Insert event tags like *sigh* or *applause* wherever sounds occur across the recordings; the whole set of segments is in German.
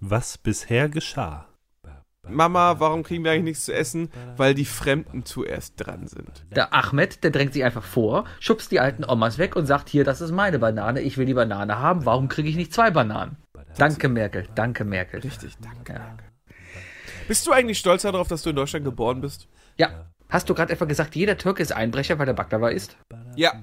was bisher geschah. Mama, warum kriegen wir eigentlich nichts zu essen? Weil die Fremden zuerst dran sind. Der Ahmed, der drängt sich einfach vor, schubst die alten Omas weg und sagt, hier, das ist meine Banane, ich will die Banane haben, warum kriege ich nicht zwei Bananen? Danke, Merkel, danke, Merkel. Richtig, danke. Ja. Bist du eigentlich stolz darauf, dass du in Deutschland geboren bist? ja. Hast du gerade etwa gesagt, jeder Türke ist Einbrecher, weil der Baklava ist? Ja.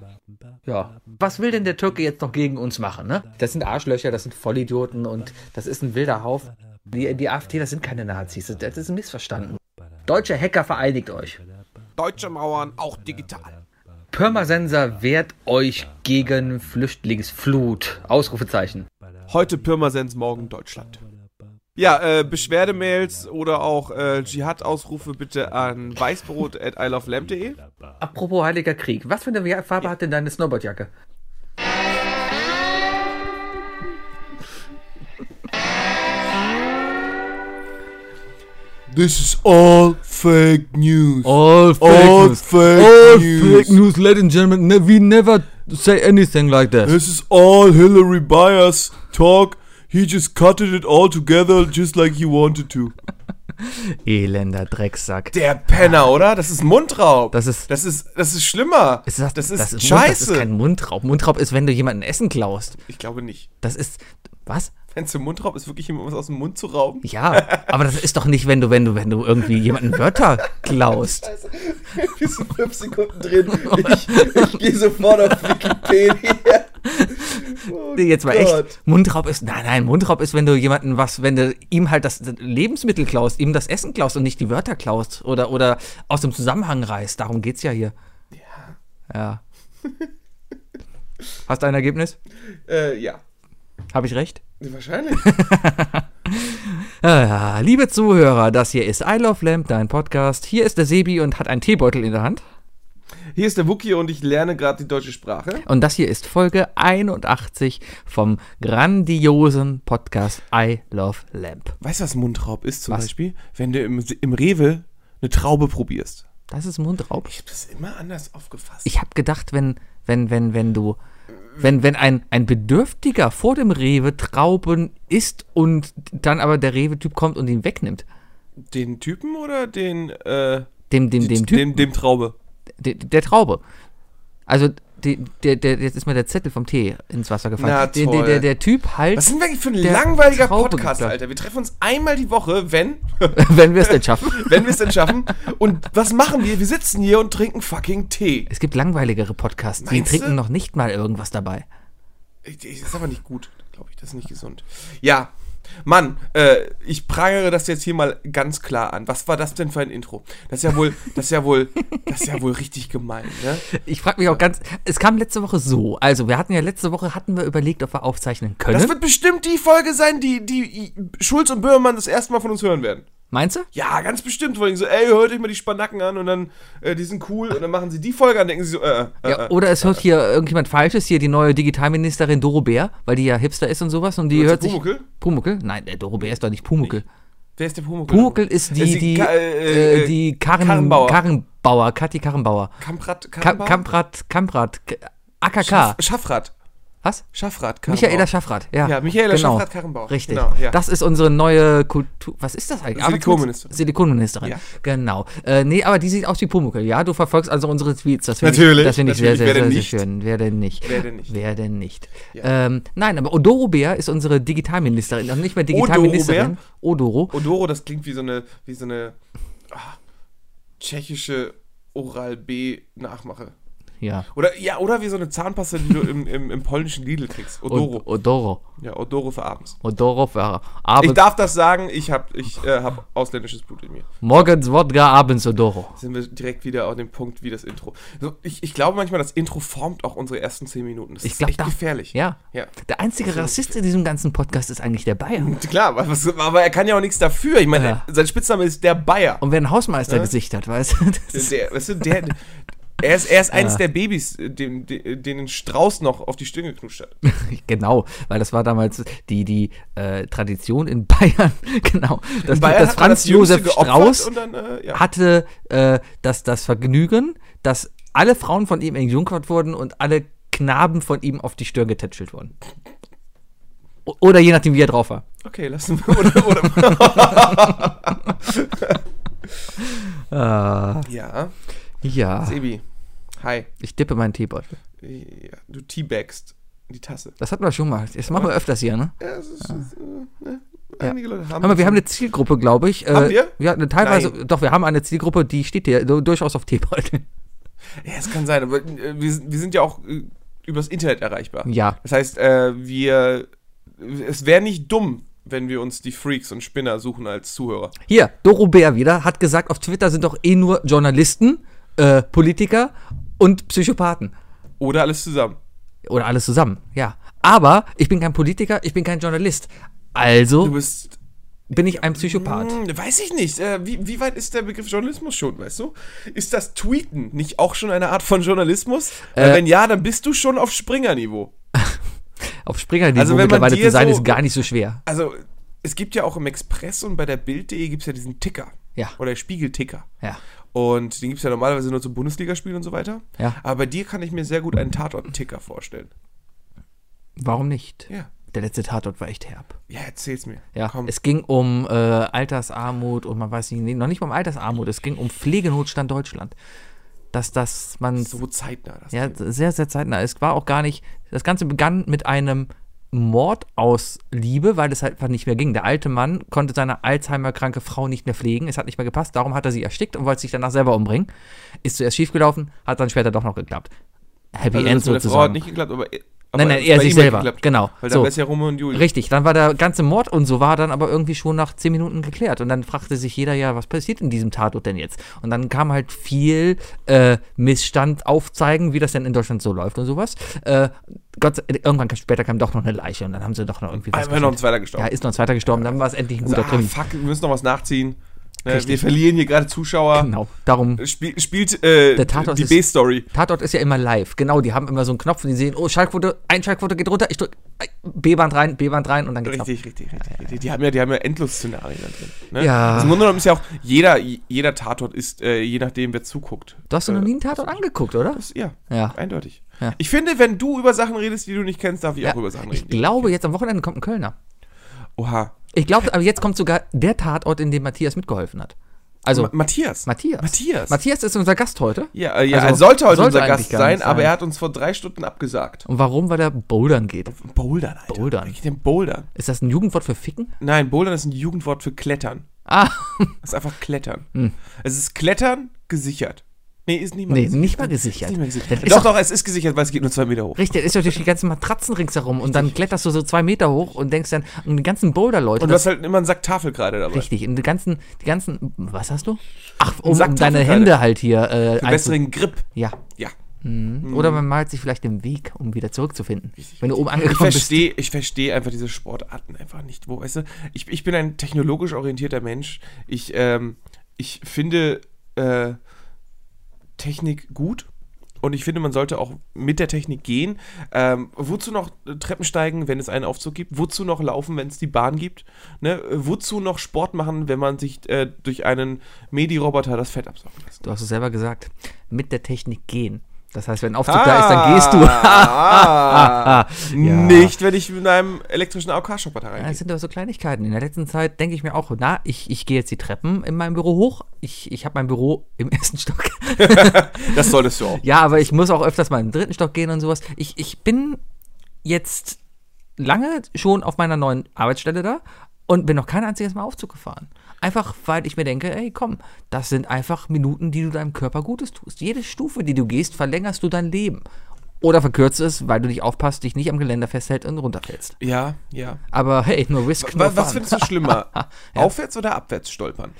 Ja. Was will denn der Türke jetzt noch gegen uns machen, ne? Das sind Arschlöcher, das sind Vollidioten und das ist ein wilder Haufen. Die, die AfD, das sind keine Nazis, das- das ist ein Missverstanden. Deutsche Hacker vereinigt euch. Deutsche Mauern auch digital. Pirmasensor wehrt euch gegen Flüchtlingsflut. Ausrufezeichen. Heute Pirmasens, morgen Deutschland. Ja, äh, Beschwerdemails oder auch äh, Dschihad-Ausrufe bitte an weißbrot at isleoflamb.de. Apropos Heiliger Krieg, was für eine Farbe hat denn deine Snowboardjacke? This is all fake news. All fake All news. fake all news. fake news, ladies and gentlemen. Ne- we never say anything like that. This is all Hillary Bias talk. He just cutted it all together just like he wanted to. Elender Drecksack. Der Penner, oder? Das ist Mundraub. Ah. Das ist- das ist, das ist schlimmer. Ist das, das ist Mund- das scheiße. ist kein Mundraub. Mundraub ist, wenn du jemanden Essen klaust. ich glaube nicht. Das ist. Was? Wenn es ein Mundraub ist, wirklich jemand um was aus dem Mund zu rauben. *laughs* Ja, aber das ist doch nicht, wenn du, wenn du, wenn du irgendwie jemanden Wörter klaust. Wir sind fünf Sekunden *laughs* drin. Ich, ich gehe sofort auf *laughs* Wikipedia. Jetzt mal Gott. echt. Mundraub ist. Nein, nein, Mundraub ist, wenn du jemanden was, wenn du ihm halt das Lebensmittel klaust, ihm das Essen klaust und nicht die Wörter klaust oder, oder aus dem Zusammenhang reißt. Darum geht's ja hier. Ja. Ja. *laughs* Hast du ein Ergebnis? Äh, ja. Habe ich recht? Wahrscheinlich. Ah, liebe Zuhörer, das hier ist I Love Lamp, dein Podcast. Hier ist der Sebi und hat einen Teebeutel in der Hand. Hier ist der Wookie und ich lerne gerade die deutsche Sprache. Und das hier ist Folge 81 vom grandiosen Podcast I Love Lamp. Weißt du, was Mundraub ist zum Was? Beispiel? Wenn du im, im Rewe eine Traube probierst. Das ist Mundraub. Ich habe das immer anders aufgefasst. Ich habe gedacht, wenn, wenn, wenn, wenn du, wenn, wenn ein, ein Bedürftiger vor dem Rewe Trauben isst und dann aber der Rewe-Typ kommt und ihn wegnimmt. Den Typen oder den, äh, Dem, dem, die- dem Typ, dem, dem Traube? der, der Traube. Also, die, der, der, jetzt ist mir der Zettel vom Tee ins Wasser gefallen. Na der, toll. der, der, der Typ halt. Was sind wir eigentlich für ein Der langweiliger Traube Podcast, geklaut. Alter? Wir treffen uns einmal die Woche, wenn, *laughs* *laughs* wenn wir es denn schaffen. wenn wir es denn schaffen. Und was machen wir? Wir sitzen hier und trinken fucking Tee. Es gibt langweiligere Podcasts, die Meinst du? trinken noch nicht mal irgendwas dabei. Ich- ich- Das ist aber nicht gut, glaube ich. Das ist nicht gesund. Ja, Mann, äh, ich prangere das jetzt hier mal ganz klar an. Was war das denn für ein Intro? Das ist ja wohl, das ist ja wohl, das ist ja wohl richtig gemein, ne? Ich frage mich auch ganz, es kam letzte Woche so, also wir hatten ja letzte Woche, hatten wir überlegt, ob wir aufzeichnen Das können. wird bestimmt die Folge sein, die, die Schulz und Böhmermann das erste Mal von uns hören werden. Meinst du? Ja, ganz bestimmt. Vor allem so, ey, hört euch mal die Spanacken an und dann, äh, die sind cool. Und dann machen sie die Folge an, denken sie so, äh, äh, Ja, äh. oder es hört hier irgendjemand Falsches, hier die neue Digitalministerin Doro Bär, weil die ja Hipster ist und sowas und die Hört hört sie sich... Pumuckl? Pumuckel? Nein, der Doro Bär ist doch nicht Pumuckel. Wer ist der Pumuckl? Pumuckel ist Äh, die, sie- die, Ka- äh, die Karren, Karrenbauer. Karrenbauer. Karrenbauer, Kathi Karrenbauer. Kamprat, Ka Kamprat, Kamprat, Kamprat, K- AKK. Schaff, Schaffrat. Was? Schaffrat, Karrenbauer. Michaela Schaffrath, ja. Ja, Michaela Schaffrath-Karrenbauer. Richtig. Genau, ja. Das ist unsere neue Kultur. Was ist das eigentlich? Silikonministerin. Arbeitsminister- Silikonministerin. Ja. Genau. Äh, nee, aber die sieht aus wie Pumuckl. Ja, du verfolgst also unsere Tweets. Das finde ich- Natürlich, Das finde ich natürlich. sehr, Wer sehr, denn sehr, sehr nicht? schön. Wer denn nicht? Wer denn nicht? Wer denn nicht? Ja. Ähm, nein, aber Odoro Bär ist unsere Digitalministerin. Also nicht mehr Digitalministerin. Odoro. Odoro, das klingt wie so eine, wie so eine ah, tschechische Oral-B-Nachmache. Ja. Oder, ja, oder wie so eine Zahnpasta, die du im, im, im polnischen Lidl kriegst. Odoro. Od- Odoro. ja, Odoro für abends. Odoro Fahrer. Ich Abends, darf das sagen, ich habe ich, äh, hab ausländisches Blut in mir. morgens Wodka, abends Odoro. Sind wir direkt wieder auf dem Punkt wie das Intro. So, ich, ich glaube manchmal, das Intro formt auch unsere ersten zehn Minuten. Das Ich ist glaub, echt da- gefährlich. Ja. Ja. Der einzige Rassist in diesem ganzen Podcast ist eigentlich der Bayer. Klar, aber, was, aber er kann ja auch nichts dafür. Ich meine, Ja. sein Spitzname ist der Bayer. Und wer ein Hausmeistergesicht hat, weißt du? *laughs* Das ist- Der, weißt du, der, er ist, er ist eines der Babys, äh, dem, de- denen Strauß noch auf die Stirn geknutscht hat. Genau, weil das war damals die, die äh, Tradition in Bayern, *laughs* genau. Dass, Bayern dass hat man Franz Jüngste Josef geopfert Strauß Und dann, äh, ja. hatte äh, das, das Vergnügen, dass alle Frauen von ihm entjungfert wurden und alle Knaben von ihm auf die Stirn getätschelt wurden. O- Oder je nachdem, wie er drauf war. Okay, lassen wir. Oder, oder. *laughs* Ah, Ja, ja, Sebi. Hi. ich dippe meinen Teebeutel. Ja, du teabagst die Tasse. Das hatten wir schon mal. Das machen wir öfters hier, ne? Ja, es ist, es, äh, ne? Einige Leute haben. Hör mal, wir haben eine Zielgruppe, glaube ich. Äh, Haben wir? Ja, ne, teilweise. Doch, wir haben eine Zielgruppe, die steht ja du- durchaus auf Teebeutel. ja, es kann sein, aber äh, wir, sind- wir sind ja auch äh, übers Internet erreichbar. Ja. Das heißt, äh, wir. Es wäre nicht dumm, wenn wir uns die Freaks und Spinner suchen als Zuhörer. Hier, Doro Bär wieder hat gesagt, auf Twitter sind doch eh nur Journalisten, äh, Politiker und Psychopathen. Oder alles zusammen. Oder alles zusammen, ja. Aber ich bin kein Politiker, ich bin kein Journalist. Du Also bist. bin ich ein Psychopath. Hm, weiß ich nicht. Äh, wie, wie weit ist der Begriff Journalismus schon, weißt du? Ist das Tweeten nicht auch schon eine Art von Journalismus? Weil Äh. wenn ja, dann bist du schon auf Springer-Niveau. Auf Springer-Niveau Also wenn man mittlerweile dir zu sein, so- ist gar nicht so schwer. Also, es gibt ja auch im Express und bei der Bild.de gibt es ja diesen Ticker. Ja. Oder Spiegel-Ticker. Ja. Und den gibt es ja normalerweise nur zu Bundesligaspielen und so weiter. Ja. Aber bei dir kann ich mir sehr gut einen Tatort-Ticker vorstellen. Warum nicht? Ja. Der letzte Tatort war echt herb. Ja, erzähl's mir. Ja, Komm. es ging um äh, Altersarmut und man weiß nicht, nee, noch nicht mal um Altersarmut, es ging um Pflegenotstand Deutschland. Dass das man so zeitnah. Das Also, ja, sehr, sehr zeitnah. Es war auch gar nicht. Das Ganze begann mit einem Mord aus Liebe, weil es halt einfach nicht mehr ging. Der alte Mann konnte seine Alzheimer-kranke Frau nicht mehr pflegen. Es hat nicht mehr gepasst. Darum hat er sie erstickt und wollte sich danach selber umbringen. Ist zuerst schiefgelaufen, hat dann später doch noch geklappt. Happy also, End das mit der Frau hat sozusagen. nicht geklappt, aber. aber Nein, nein, es er bei sich ihm hat selber. Genau. Weil So. dann wär's ja Romeo und Julia. Richtig, dann war der ganze Mord und so war dann aber irgendwie schon nach zehn Minuten geklärt. Und dann fragte sich jeder ja, was passiert in diesem Tatort denn jetzt? Und dann kam halt viel äh, Missstand aufzeigen, wie das denn in Deutschland so läuft und sowas. Äh, Gott, sei- irgendwann kam- später kam doch noch eine Leiche und dann haben sie doch noch irgendwie was. Einmal noch ein gefunden. zweiter Ja, gestorben. ist noch ein zweiter gestorben, dann war es endlich ein guter ah, Krimi. fuck, wir müssen noch was nachziehen. Ne, Richtig. wir verlieren hier gerade Zuschauer. Genau, darum. Spiel, spielt äh, Der Tatort die ist- B-Story. Tatort ist ja immer live, genau, die haben immer so einen Knopf und die sehen, oh, Schaltquote, ein Schaltquote geht runter, ich drück äh, B-Band rein, B-Band rein und dann geht's ab. Richtig, richtig, richtig. Die, die haben ja, die haben ja endlos Szenarien da drin. Ne? Ja. Also Im Grunde genommen ist ja auch jeder, jeder Tatort ist, äh, je nachdem, wer zuguckt. Du hast doch noch Äh, nie einen Tatort angeguckt, oder? das- Ja, Ja. eindeutig. Ja. Ich finde, wenn du über Sachen redest, die du nicht kennst, darf ich auch über Sachen ich reden. glaube, jetzt am Wochenende kommt ein Kölner. Oha. Ich glaube, aber jetzt kommt sogar der Tatort, in dem Matthias mitgeholfen hat. Also Ma- Matthias. Matthias. Matthias. Matthias ist unser Gast heute. ja, äh, ja Also, er sollte heute sollte unser eigentlich Gast gar sein, nicht aber sein. er hat uns vor drei Stunden abgesagt. Und warum? Weil er bouldern geht. Bouldern, Alter. Bouldern. Ich den Bouldern. Ist das ein Jugendwort für Ficken? Nein, Bouldern ist ein Jugendwort für Klettern. Ah, Es ist einfach Klettern. Es ist Klettern gesichert. Nee, ist nicht mal Hm. nee, gesichert. nicht mal gesichert. Ist nicht mehr gesichert. Ist Doch, doch- doch, es ist gesichert, weil es geht nur zwei Meter hoch. Richtig, da ist ja durch die ganzen Matratzen ringsherum und dann kletterst du so zwei Meter hoch und denkst dann, und die ganzen Boulder-Leute. Und du hast halt immer einen Sack Tafel gerade dabei. richtig, und die ganzen, die ganzen, was hast du? Ach, um, Sack um deine Taschenteile. Hände halt hier äh, Für Hm. einzu- besseren Grip. Ja. Ja. Oder man malt sich vielleicht den Weg, um wieder zurückzufinden. Wenn du oben Ich angekommen bist. verstehe ich verstehe einfach diese Sportarten einfach nicht. Wo, weißt du, ich, ich bin ein technologisch orientierter Mensch. Ich, ähm, ich finde äh, Technik gut. Und ich finde, man sollte auch mit der Technik gehen. Ähm, wozu noch äh, Treppen steigen, wenn es einen Aufzug gibt? Wozu noch laufen, wenn es die Bahn gibt? Ne? Äh, Wozu noch Sport machen, wenn man sich äh, durch einen Medi-Roboter das Fett absaugen lässt? Du hast es selber gesagt, mit der Technik gehen. Das heißt, wenn ein Aufzug da ist, dann gehst du. *laughs* Ah, Nicht, wenn ich mit einem elektrischen AOK-Shop da Ja, reingehe. Das sind aber so Kleinigkeiten. In der letzten Zeit denke ich mir auch, na, ich, ich gehe jetzt die Treppen in meinem Büro hoch. Ich, ich habe mein Büro im *laughs* ersten Stock. Das solltest du auch. *laughs* ja, aber ich muss auch öfters mal in den dritten Stock gehen und sowas. Ich, ich bin jetzt lange schon auf meiner neuen Arbeitsstelle da und bin noch kein einziges Mal Aufzug gefahren. Einfach, weil ich mir denke, ey, komm, das sind einfach Minuten, die du deinem Körper Gutes tust. Jede Stufe, die du gehst, verlängerst du dein Leben. Oder verkürzt es, weil du dich aufpasst, dich nicht am Geländer festhält und runterfällst. Ja, ja. Aber hey, nur Risk, no Was, was fun. findest du *laughs* schlimmer? Aufwärts oder abwärts stolpern?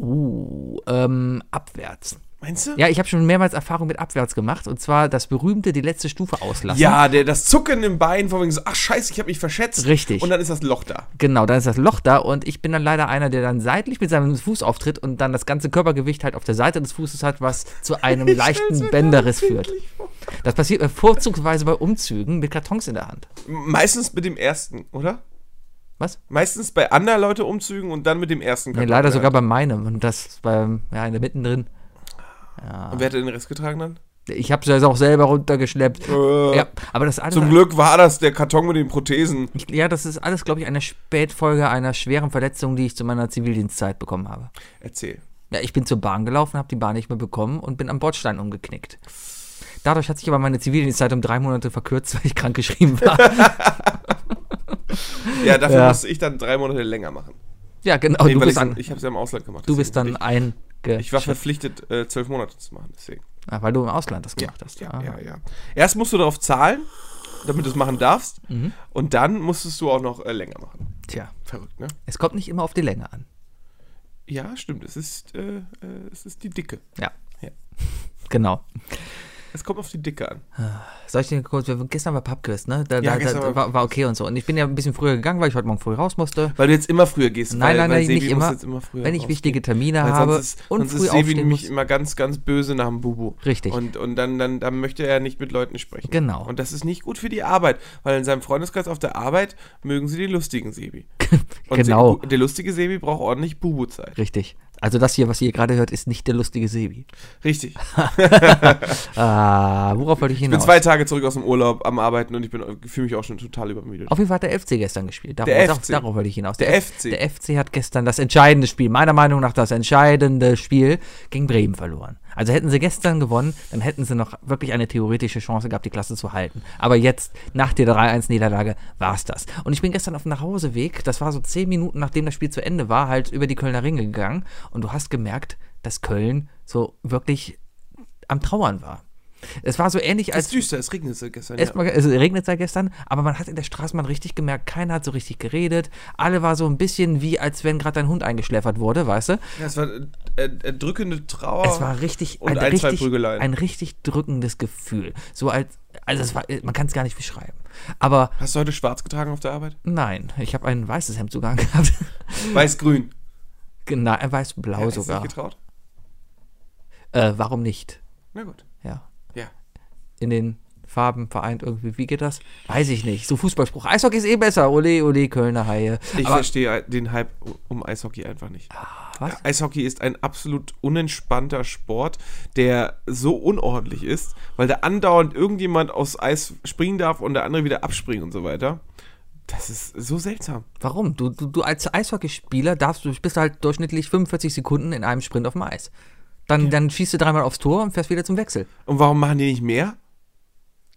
Uh, ähm, abwärts. Meinst du? Ja, ich habe schon mehrmals Erfahrung mit abwärts gemacht. Und zwar das berühmte, die letzte Stufe auslassen. Ja, der, das Zucken im Bein, von wegen so, ach scheiße, ich habe mich verschätzt. Richtig. Und dann ist das Loch da. Genau, dann ist das Loch da und ich bin dann leider einer, der dann seitlich mit seinem Fuß auftritt und dann das ganze Körpergewicht halt auf der Seite des Fußes hat, was *laughs* zu einem leichten Bänderriss führt. Das passiert mir vorzugsweise bei Umzügen mit Kartons in der Hand. M- Meistens mit dem ersten, oder? Was? Meistens bei anderen Leute umzügen und dann mit dem ersten. Nee, Karton. leider sogar bei meinem und das beim, ja, in der mittendrin. Und wer hat den Rest getragen dann? Ich habe es auch selber runtergeschleppt. Äh, Ja, aber das ist alles Zum Glück war das der Karton mit den Prothesen. Ich, ja, das ist alles, glaube ich, eine Spätfolge einer schweren Verletzung, die ich zu meiner Zivildienstzeit bekommen habe. Erzähl. Ja, ich bin zur Bahn gelaufen, habe die Bahn nicht mehr bekommen und bin am Bordstein umgeknickt. Dadurch hat sich aber meine Zivildienstzeit um drei Monate verkürzt, *laughs* weil ich *laughs* krankgeschrieben war. Ja, dafür Ja. musste ich dann drei Monate länger machen. ja, genau. nee, du, weil bist ich, dann, ich habe es ja im Ausland gemacht. du bist dann deswegen. ein. Ich, ich war verpflichtet, äh, zwölf Monate zu machen, deswegen. ah, weil du im Ausland das gemacht hast. Ja, Ah. ja, ja. Erst musst du darauf zahlen, damit du es machen darfst. Und dann musstest du auch noch äh, länger machen. Tja, Verrückt, ne? es kommt nicht immer auf die Länge an. Ja, stimmt. Es ist, äh, äh, es ist die Dicke. Ja. Ja. *laughs* Genau. Es kommt auf die Dicke an. Soll ich dir kurz, wir, gestern war Pubquiz, ne? Da, Ja, da, gestern da, war war, war okay und so. Und ich bin ja ein bisschen früher gegangen, weil ich heute Morgen früh raus musste. Weil du jetzt immer früher gehst. weil, Nein, nein, weil nein, Sebi nicht muss immer. Jetzt immer früher Wenn ich rausgehen. wichtige Termine Weil habe sonst ist, und sonst früh ist Sebi aufstehen muss. nämlich immer ganz, ganz böse nach dem Bubu. Richtig. Und, und dann, dann, dann möchte er nicht mit Leuten sprechen. Genau. Und das ist nicht gut für die Arbeit, weil in seinem Freundeskreis auf der Arbeit mögen sie den lustigen *laughs* Sebi. Und Genau. Se- der lustige Sebi braucht ordentlich Bubu-Zeit. Richtig. Also das hier, was ihr gerade hört, ist nicht der lustige Sebi. Richtig. Ah, worauf wollte ich Ich bin hinaus? zwei Tage zurück aus dem Urlaub am Arbeiten und ich bin fühle mich auch schon total übermüdet. Auf jeden Fall hat der FC gestern gespielt. Darauf, Der darauf, FC. darauf wollte ich hinaus. Der F- FC. Der FC hat gestern das entscheidende Spiel, meiner Meinung nach das entscheidende Spiel, gegen Bremen verloren. Also hätten sie gestern gewonnen, dann hätten sie noch wirklich eine theoretische Chance gehabt, die Klasse zu halten. Aber jetzt, nach der 3-1-Niederlage, war es das. Und ich bin gestern auf dem Nachhauseweg, das war so zehn Minuten, nachdem das Spiel zu Ende war, halt über die Kölner Ringe gegangen. Und du hast gemerkt, dass Köln so wirklich am Trauern war. Es war so ähnlich, es als ist düster, es regnete gestern. ja. Erstmal, also regnet ja gestern, aber man hat in der Straßenbahn richtig gemerkt, keiner hat so richtig geredet. Alle war so ein bisschen wie, als wenn gerade dein Hund eingeschläfert wurde, weißt du? Ja, es war äh, äh, erdrückende Trauer. Es war richtig, Und ein, zwei richtig Prügeleien. ein richtig drückendes Gefühl. So als, also es war, man kann es gar nicht beschreiben. Aber Hast du heute schwarz getragen auf der Arbeit? nein, ich habe ein weißes Hemd sogar *laughs* gehabt. Weiß-grün. genau, ein weiß-blau Hast du dich sogar. getraut? Äh, warum nicht? Na gut. Ja. Ja. In den Farben vereint irgendwie. Wie geht das? Weiß ich nicht. So Fußballspruch. Eishockey ist eh besser. Ole, ole, Kölner Haie. Ich Aber- Ah. verstehe den Hype um Eishockey einfach nicht. was? Ja, Eishockey ist ein absolut unentspannter Sport, der so unordentlich ist, weil da andauernd irgendjemand aufs Eis springen darf und der andere wieder abspringen und so weiter. Das ist so seltsam. Warum? Du, du, du als Eishockeyspieler darfst, du bist halt durchschnittlich 45 Sekunden in einem Sprint auf dem Eis. Dann, dann schießt du dreimal aufs Tor und fährst wieder zum Wechsel. Und warum machen die nicht mehr?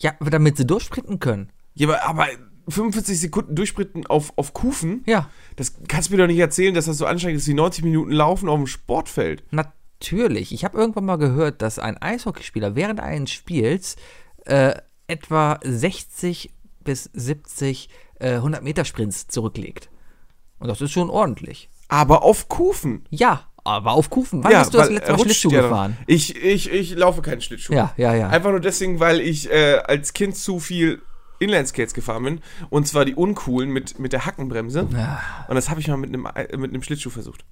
Ja, aber damit sie durchsprinten können. Ja, aber- aber 45 Sekunden durchsprinten auf, auf Kufen? Ja, Das kannst du mir doch nicht erzählen, dass das so anstrengend ist, die 90 Minuten laufen auf dem Sportfeld. natürlich. Ich habe irgendwann mal gehört, dass ein Eishockeyspieler während eines Spiels äh, etwa 60 bis 70 äh, 100 Meter Sprints zurücklegt. Und das ist schon ordentlich. Aber auf Kufen. Ja, aber auf Kufen. Wann bist du das weil letzte er Mal rutscht Schlittschuh ja dann. gefahren? Ich, ich, ich laufe keinen Schlittschuh. Ja, ja, ja. Einfach nur deswegen, weil ich äh, als Kind zu viel Inlineskates gefahren bin. Und zwar die uncoolen mit, mit der Hackenbremse. Und das habe ich mal mit einem, Ei- mit einem Schlittschuh versucht.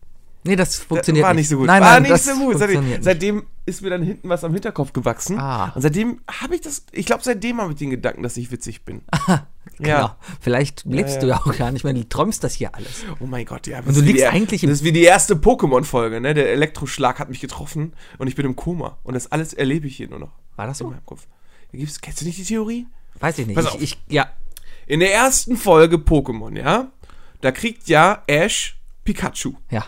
Nee, das Das funktioniert Äh, war nicht. nicht so gut. Nein, war nein, nicht das so gut. Funktioniert Seitdem, nicht. seitdem ist mir dann hinten was am Hinterkopf gewachsen. Ah. Und seitdem habe ich das, ich glaube, seitdem habe ich den Gedanken, dass ich witzig *laughs* bin. Genau. Vielleicht lebst du ja auch gar nicht mehr, du träumst das hier alles. Oh mein Gott, ja. Und du liegst Also eigentlich im- im. Das ist wie die erste Pokémon-Folge, ne? Der Elektroschlag hat mich getroffen und ich bin im Koma. Und das alles erlebe ich hier nur noch. War das In so? meinem Kopf. Da Gibt's, kennst du nicht die Theorie? Weiß ich nicht. Pass ich, auf. ich, ja, In der ersten Folge Pokémon, ja? Da kriegt ja Ash Pikachu. ja.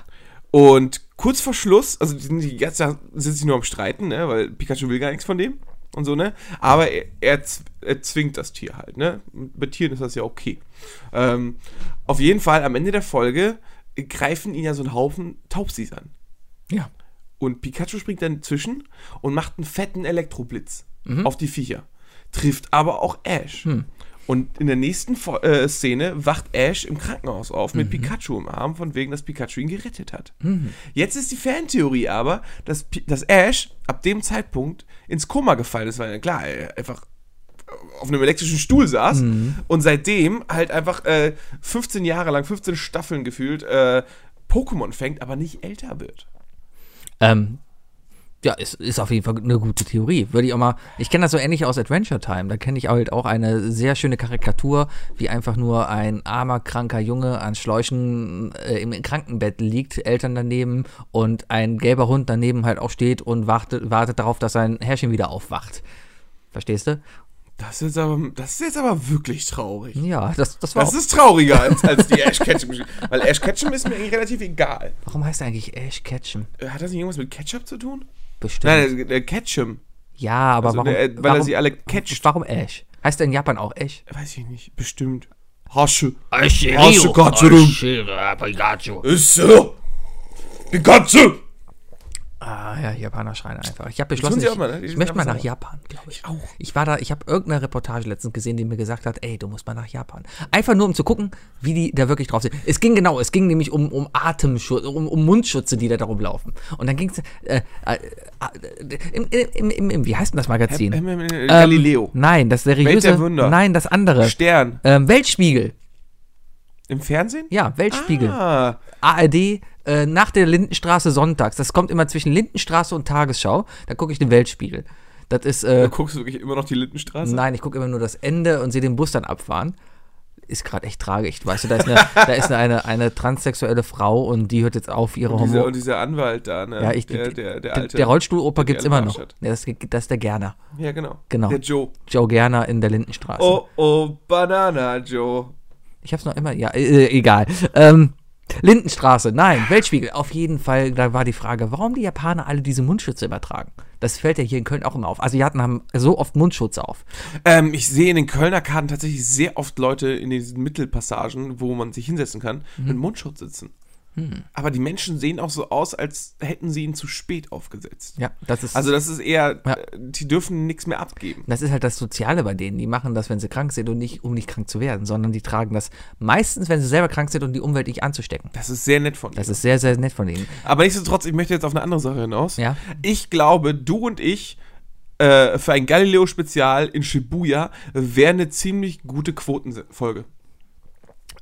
Und kurz vor Schluss, also die sind die ganze Zeit sind sich nur am Streiten, ne? Weil Pikachu will gar nichts von dem und so, ne? Aber er, er, z- er zwingt das Tier halt, ne? Bei Tieren ist das ja okay. Ähm, auf jeden Fall, am Ende der Folge greifen ihn ja so ein Haufen Taubsis an. Ja. Und Pikachu springt dann zwischen und macht einen fetten Elektroblitz auf die Viecher. Trifft aber auch Ash. Und in der nächsten Fo äh, Szene wacht Ash im Krankenhaus auf mit Pikachu im Arm, von wegen, dass Pikachu ihn gerettet hat. Jetzt ist die Fantheorie aber, dass, Pi- dass Ash ab dem Zeitpunkt ins Koma gefallen ist, weil, klar, er einfach auf einem elektrischen Stuhl saß und seitdem halt einfach äh, 15 Jahre lang, 15 Staffeln gefühlt, äh, Pokémon fängt, aber nicht älter wird. Ähm, Ja, ist, ist auf jeden Fall eine gute Theorie. Würde ich auch mal. Ich kenne das so ähnlich aus Adventure Time. Da kenne ich halt auch eine sehr schöne Karikatur, wie einfach nur ein armer, kranker Junge an Schläuchen äh, im Krankenbett liegt, Eltern daneben und ein gelber Hund daneben halt auch steht und wartet, wartet darauf, dass sein Herrchen wieder aufwacht. Verstehst du? Das ist aber, das ist jetzt aber wirklich traurig. Ja, das, das war. Das ist trauriger als, als die Ash Ketchum. Weil Ash Ketchum ist mir eigentlich relativ egal. warum heißt er eigentlich Ash Ketchum? Äh, Hat das nicht irgendwas mit Ketchup zu tun? Bestimmt. Nein, äh, äh, Ketchum. ja, aber Also, warum, äh, weil er warum, sie alle catcht. warum Ash? Heißt er in Japan auch Ash? Weiß ich nicht. Bestimmt. Hasche. Ash Katze. Ist so. Die Katze. Ah ja, Japaner schreien einfach. Ich habe beschlossen, tun sie ich, auch mal, ne? Die ich sind möchte mal einfach nach sauer. Japan, glaube ich. Auch. Ich war da, ich habe irgendeine Reportage letztens gesehen, die mir gesagt hat, ey, du musst mal nach Japan. Einfach nur, um zu gucken, wie die da wirklich drauf sind. Es ging genau, es ging nämlich um, um Atemschutz, um, um Mundschutze, die da darum laufen. Und dann ging es, äh, äh, äh, im, im, im, im, wie heißt denn das Magazin? Ähm, ähm, äh, Galileo. Nein, das seriöse. Welt der Wunder. Nein, das andere. Stern. ähm, Weltspiegel. Im Fernsehen? Ja, Weltspiegel. Ah, ARD äh, nach der Lindenstraße sonntags. Das kommt immer zwischen Lindenstraße und Tagesschau. Da gucke ich den Weltspiegel. Das ist. da Äh, guckst du wirklich immer noch die Lindenstraße? nein, ich gucke immer nur das Ende und sehe den Bus dann abfahren. Ist gerade echt tragisch. Weißt du, da *laughs* ist, eine, da ist eine, eine transsexuelle Frau und die hört jetzt auf, ihre Und dieser, Homo. und dieser Anwalt da, ne? Ja, ich, der, der, der der, alte. der Rollstuhloper gibt es immer noch. Arsch hat. Ja, Das, das ist der Gerner. ja, genau. Genau. Der Joe. Joe Gerner in der Lindenstraße. Oh, oh, Banana Joe. Ich hab's noch immer, ja, äh, egal. Ähm, Lindenstraße, nein, Weltspiegel. Auf jeden Fall, da war die Frage, warum die Japaner alle diese Mundschütze übertragen. Das fällt ja hier in Köln auch immer auf. Asiaten haben so oft Mundschutz auf. Ähm, ich sehe in den Kölner Karten tatsächlich sehr oft Leute in diesen Mittelpassagen, wo man sich hinsetzen kann, mit Mundschutz sitzen. Aber die Menschen sehen auch so aus, als hätten sie ihn zu spät aufgesetzt. Ja, das ist, Also das ist eher, Ja. äh, die dürfen nichts mehr abgeben. das ist halt das Soziale bei denen. Die machen das, wenn sie krank sind und nicht, um nicht krank zu werden, sondern die tragen das meistens, wenn sie selber krank sind und die Umwelt nicht anzustecken. Das ist sehr nett von dir. Das ist sehr, sehr nett von ihnen. Aber nichtsdestotrotz, ich möchte jetzt auf eine andere Sache hinaus. Ja. Ich glaube, du und ich äh, für ein Galileo-Spezial in Shibuya wäre eine ziemlich gute Quotenfolge.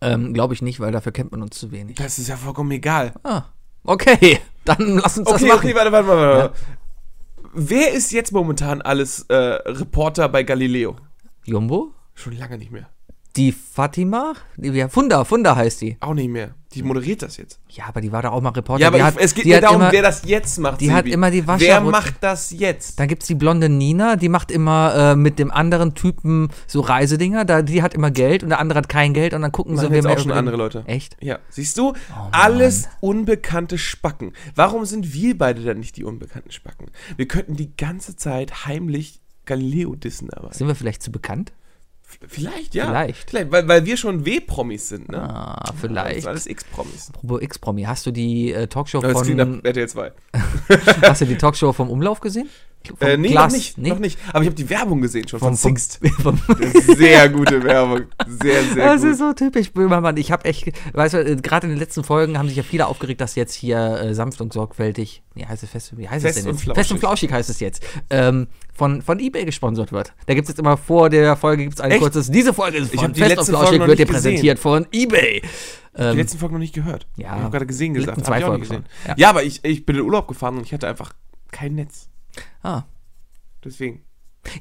Ähm, Glaube ich nicht, weil dafür kennt man uns zu wenig. Das ist ja vollkommen egal. Ah, okay, dann lass uns das Okay, machen. okay, warte, warte, warte. warte. Wer ist jetzt momentan alles äh, Reporter bei Galileo? Jumbo? Schon lange nicht mehr. Die Fatima? Die, ja, Funda, Funda heißt die. Auch nicht mehr. Die moderiert das jetzt. Ja, aber die war doch auch mal Reporter. Ja, aber die ich, hat, es geht die mir hat darum, immer, wer das jetzt macht. die hat immer die Wascha- Wer macht das jetzt? Dann gibt es die blonde Nina, die macht immer äh, mit dem anderen Typen so Reisedinger. Da, die hat immer Geld und der andere hat kein Geld und dann gucken Das sie, machen jetzt mehr auch schon über Oh, den- andere Leute. Echt? Ja, siehst du? Alles unbekannte Spacken. Warum sind wir beide dann nicht die unbekannten Spacken? Wir könnten die ganze Zeit heimlich Galileo dissen, aber. Sind wir vielleicht zu bekannt? Vielleicht, ja. Vielleicht. Vielleicht weil, weil wir schon W-Promis sind, ne? Ah, Das vielleicht. sind alles X-Promis. Probo X-Promi, hast du die äh, Talkshow Das klingt nach von Äh, RTL 2. *laughs* hast du die Talkshow vom Umlauf gesehen? Vom Äh, nee, Glas, noch nicht, nee? noch nicht. Aber ich habe die Werbung gesehen schon Vom, von, vom, Sixt. *laughs* vom, *laughs* Sehr gute Werbung. *laughs* Sehr, sehr Das gut. ist so typisch Böhmermann. Ich habe echt, weißt du, äh, gerade in den letzten Folgen haben sich ja viele aufgeregt, dass jetzt hier äh, sanft und sorgfältig, wie heißt es fest, wie heißt Fest es denn und jetzt? flauschig. Fest und flauschig heißt es jetzt, ähm, von, von eBay gesponsert wird. Da gibt es jetzt immer vor der Folge gibt's ein Echt? kurzes, diese Folge ist Ich von hab die Fest und letzte Folge flauschig noch wird dir nicht präsentiert von eBay. Die Ähm, letzten Folgen noch nicht gehört. Ja. Ich habe gerade gesehen Letzten gesagt. Hab zwei ich auch nicht Folgen gesehen. schon. Ja. Ja. aber ich, ich bin in Urlaub gefahren und ich hatte einfach kein Netz. ah. Deswegen.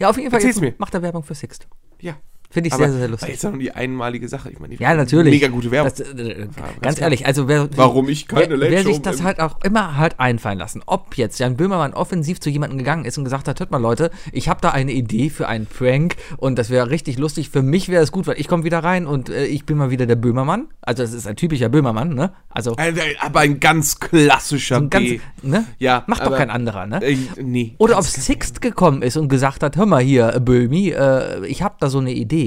Ja, auf jeden Fall, Erzähl's jetzt mir. macht er Werbung für Sixt. Ja. Finde ich aber sehr, sehr war lustig. Jetzt ja nur die einmalige Sache. Ich meine, die Ja, natürlich. Mega gute Werbung. Das, äh, ganz ganz ehrlich, also wer, Warum ich keine wer, wer Late-Show sich das bin. halt auch immer halt einfallen lassen. Ob jetzt Jan Böhmermann offensiv zu jemandem gegangen ist und gesagt hat, hört mal Leute, ich habe da eine Idee für einen Prank und das wäre richtig lustig. Für mich wäre es gut, weil ich komme wieder rein und äh, ich bin mal wieder der Böhmermann. Also das ist ein typischer Böhmermann, ne? Also Ein- ein- Äh, aber ein ganz klassischer ein ganz, B. ne? Ja, Macht doch aber- kein anderer, ne? Äh, nee. Oder ob Sixt gekommen ist und gesagt hat, hör mal hier, äh, Böhmi, äh, ich habe da so eine Idee.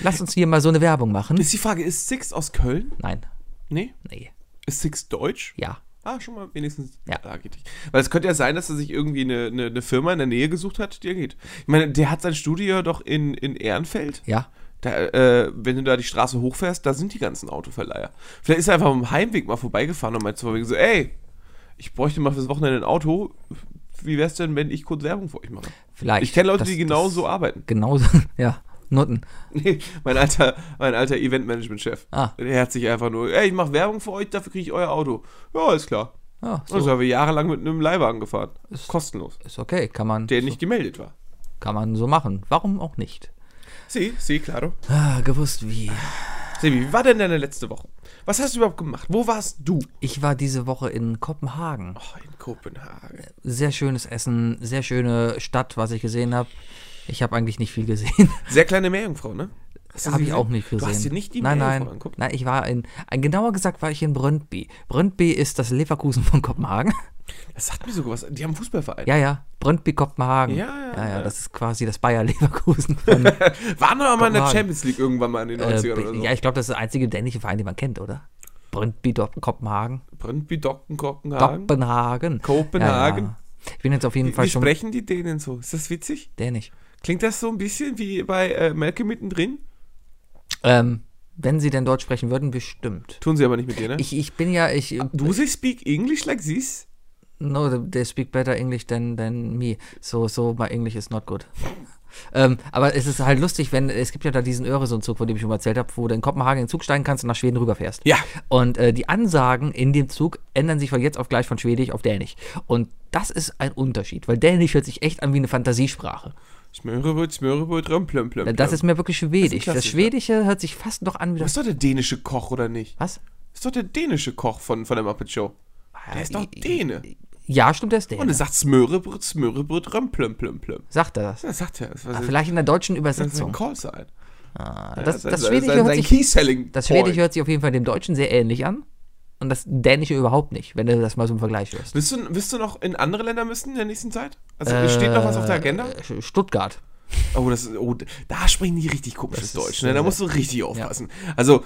Lass uns hier mal so eine Werbung machen. Ist die Frage, ist Six aus Köln? Nein, Nee. nee, Ist Six deutsch? ja. Ah, schon mal wenigstens. Ja. Da geht ich. Weil es könnte ja sein, dass er sich irgendwie eine, eine, eine Firma in der Nähe gesucht hat, die er geht. Ich meine, der hat sein Studio doch in, in Ehrenfeld. Ja. Da, äh, wenn du da die Straße hochfährst, da sind die ganzen Autoverleiher. Vielleicht ist er einfach am Heimweg mal vorbeigefahren und meinte zu mir so, ey, ich bräuchte mal fürs Wochenende ein Auto. Wie wär's denn, wenn ich kurz Werbung für euch mache? Vielleicht. Ich kenne Leute, Ah, Das- die das- genauso arbeiten. *laughs* Genauso, *laughs* ja. Nutten. Nee, mein alter, mein alter Eventmanagement-Chef. Ah. Der hat sich einfach nur, ey, ich mache Werbung für euch, dafür kriege ich euer Auto. Ja, ist klar. Ja, Ah, so. Also haben wir jahrelang mit einem Leihwagen gefahren. Kostenlos. Ist okay, kann man, Der nicht gemeldet war. kann man so machen. Warum auch nicht? Sie, sie, claro. Ah, gewusst wie. Sebi, wie war denn deine letzte Woche? Was hast du überhaupt gemacht? Wo warst du? Ich war diese Woche in Kopenhagen. Oh, in Kopenhagen. Sehr schönes Essen, sehr schöne Stadt, was ich gesehen habe. Ich habe eigentlich nicht viel gesehen. Sehr kleine Meerjungfrau, ne? Hast du Habe sie ich gesehen? auch nicht gesehen. Du hast dir nicht die nein, Meerjungfrau nein, angeguckt? nein, ich war in, ein, genauer gesagt war ich in Brøndby. Brøndby ist das Leverkusen von Kopenhagen. *laughs* Das sagt mir sogar was. Die haben einen Fußballverein. Ja, ja, Brøndby Kopenhagen. Ja, ja, ja, ja. das ist quasi das Bayer Leverkusen *laughs* von äh, *laughs* Waren wir mal in der Kopenhagen. Äh, Champions League irgendwann mal in den 90ern oder so? Ja, ich glaube, das ist der einzige dänische Verein, den man kennt, oder? Brøndby Dor- Kopenhagen. Brøndby, Docken, Kopenhagen. Kopenhagen. Kopenhagen. Ja, ja. Ich bin jetzt auf jeden Wie Fall wie schon sprechen die Dänen so? Ist das witzig? dänisch. Klingt das so ein bisschen wie bei äh, Melke mittendrin? Ähm, wenn sie denn Deutsch sprechen würden, bestimmt. Tun sie aber nicht mit dir, ne? Ich, ich bin ja, ich, Do they speak English like this? no, they speak better English than, than me. So, so, my English is not good. ähm, aber es ist halt lustig, wenn, es gibt ja da diesen Öresund-Zug, von dem ich schon mal erzählt habe, wo du in Kopenhagen in den Zug steigen kannst und nach Schweden rüberfährst. Ja. Und äh, die Ansagen in dem Zug ändern sich von jetzt auf gleich von Schwedisch auf Dänisch. Und das ist ein Unterschied, weil Dänisch hört sich echt an wie eine Fantasiesprache. Smörebrot, Smörebrot, Römplöm, plöm, Äh, Das ist mir wirklich Schwedisch. Das, Klassiker. Schwedische hört sich fast noch an wie Du das. bist doch der dänische Koch, oder nicht? Was? Ist doch der dänische Koch von, von der Muppet Show. Der ist doch Däne. Ah, Ja, stimmt, der ist Und er Dänisch. sagt Smörebrot, Smörebrot, Römplöm, plöm, plöm. Sagt er das? Das sagt er. Das war Ah, sein- Vielleicht in der deutschen das ist ein Übersetzung. Callsign. Ah, Das, sein- das, sein- Schwedische sein- hört sein sich, Key-Selling das Schwedische Point. hört sich auf jeden Fall dem Deutschen sehr ähnlich an. Und das Dänische überhaupt nicht, wenn du das mal so im Vergleich hörst. Wirst du, wirst du noch in andere Länder müssen in der nächsten Zeit? Also steht noch was auf der Agenda? Äh, Stuttgart. Oh, das ist, oh, da sprechen die richtig komisches Das ist, Deutsch. ne? Da äh, musst du richtig aufpassen. Also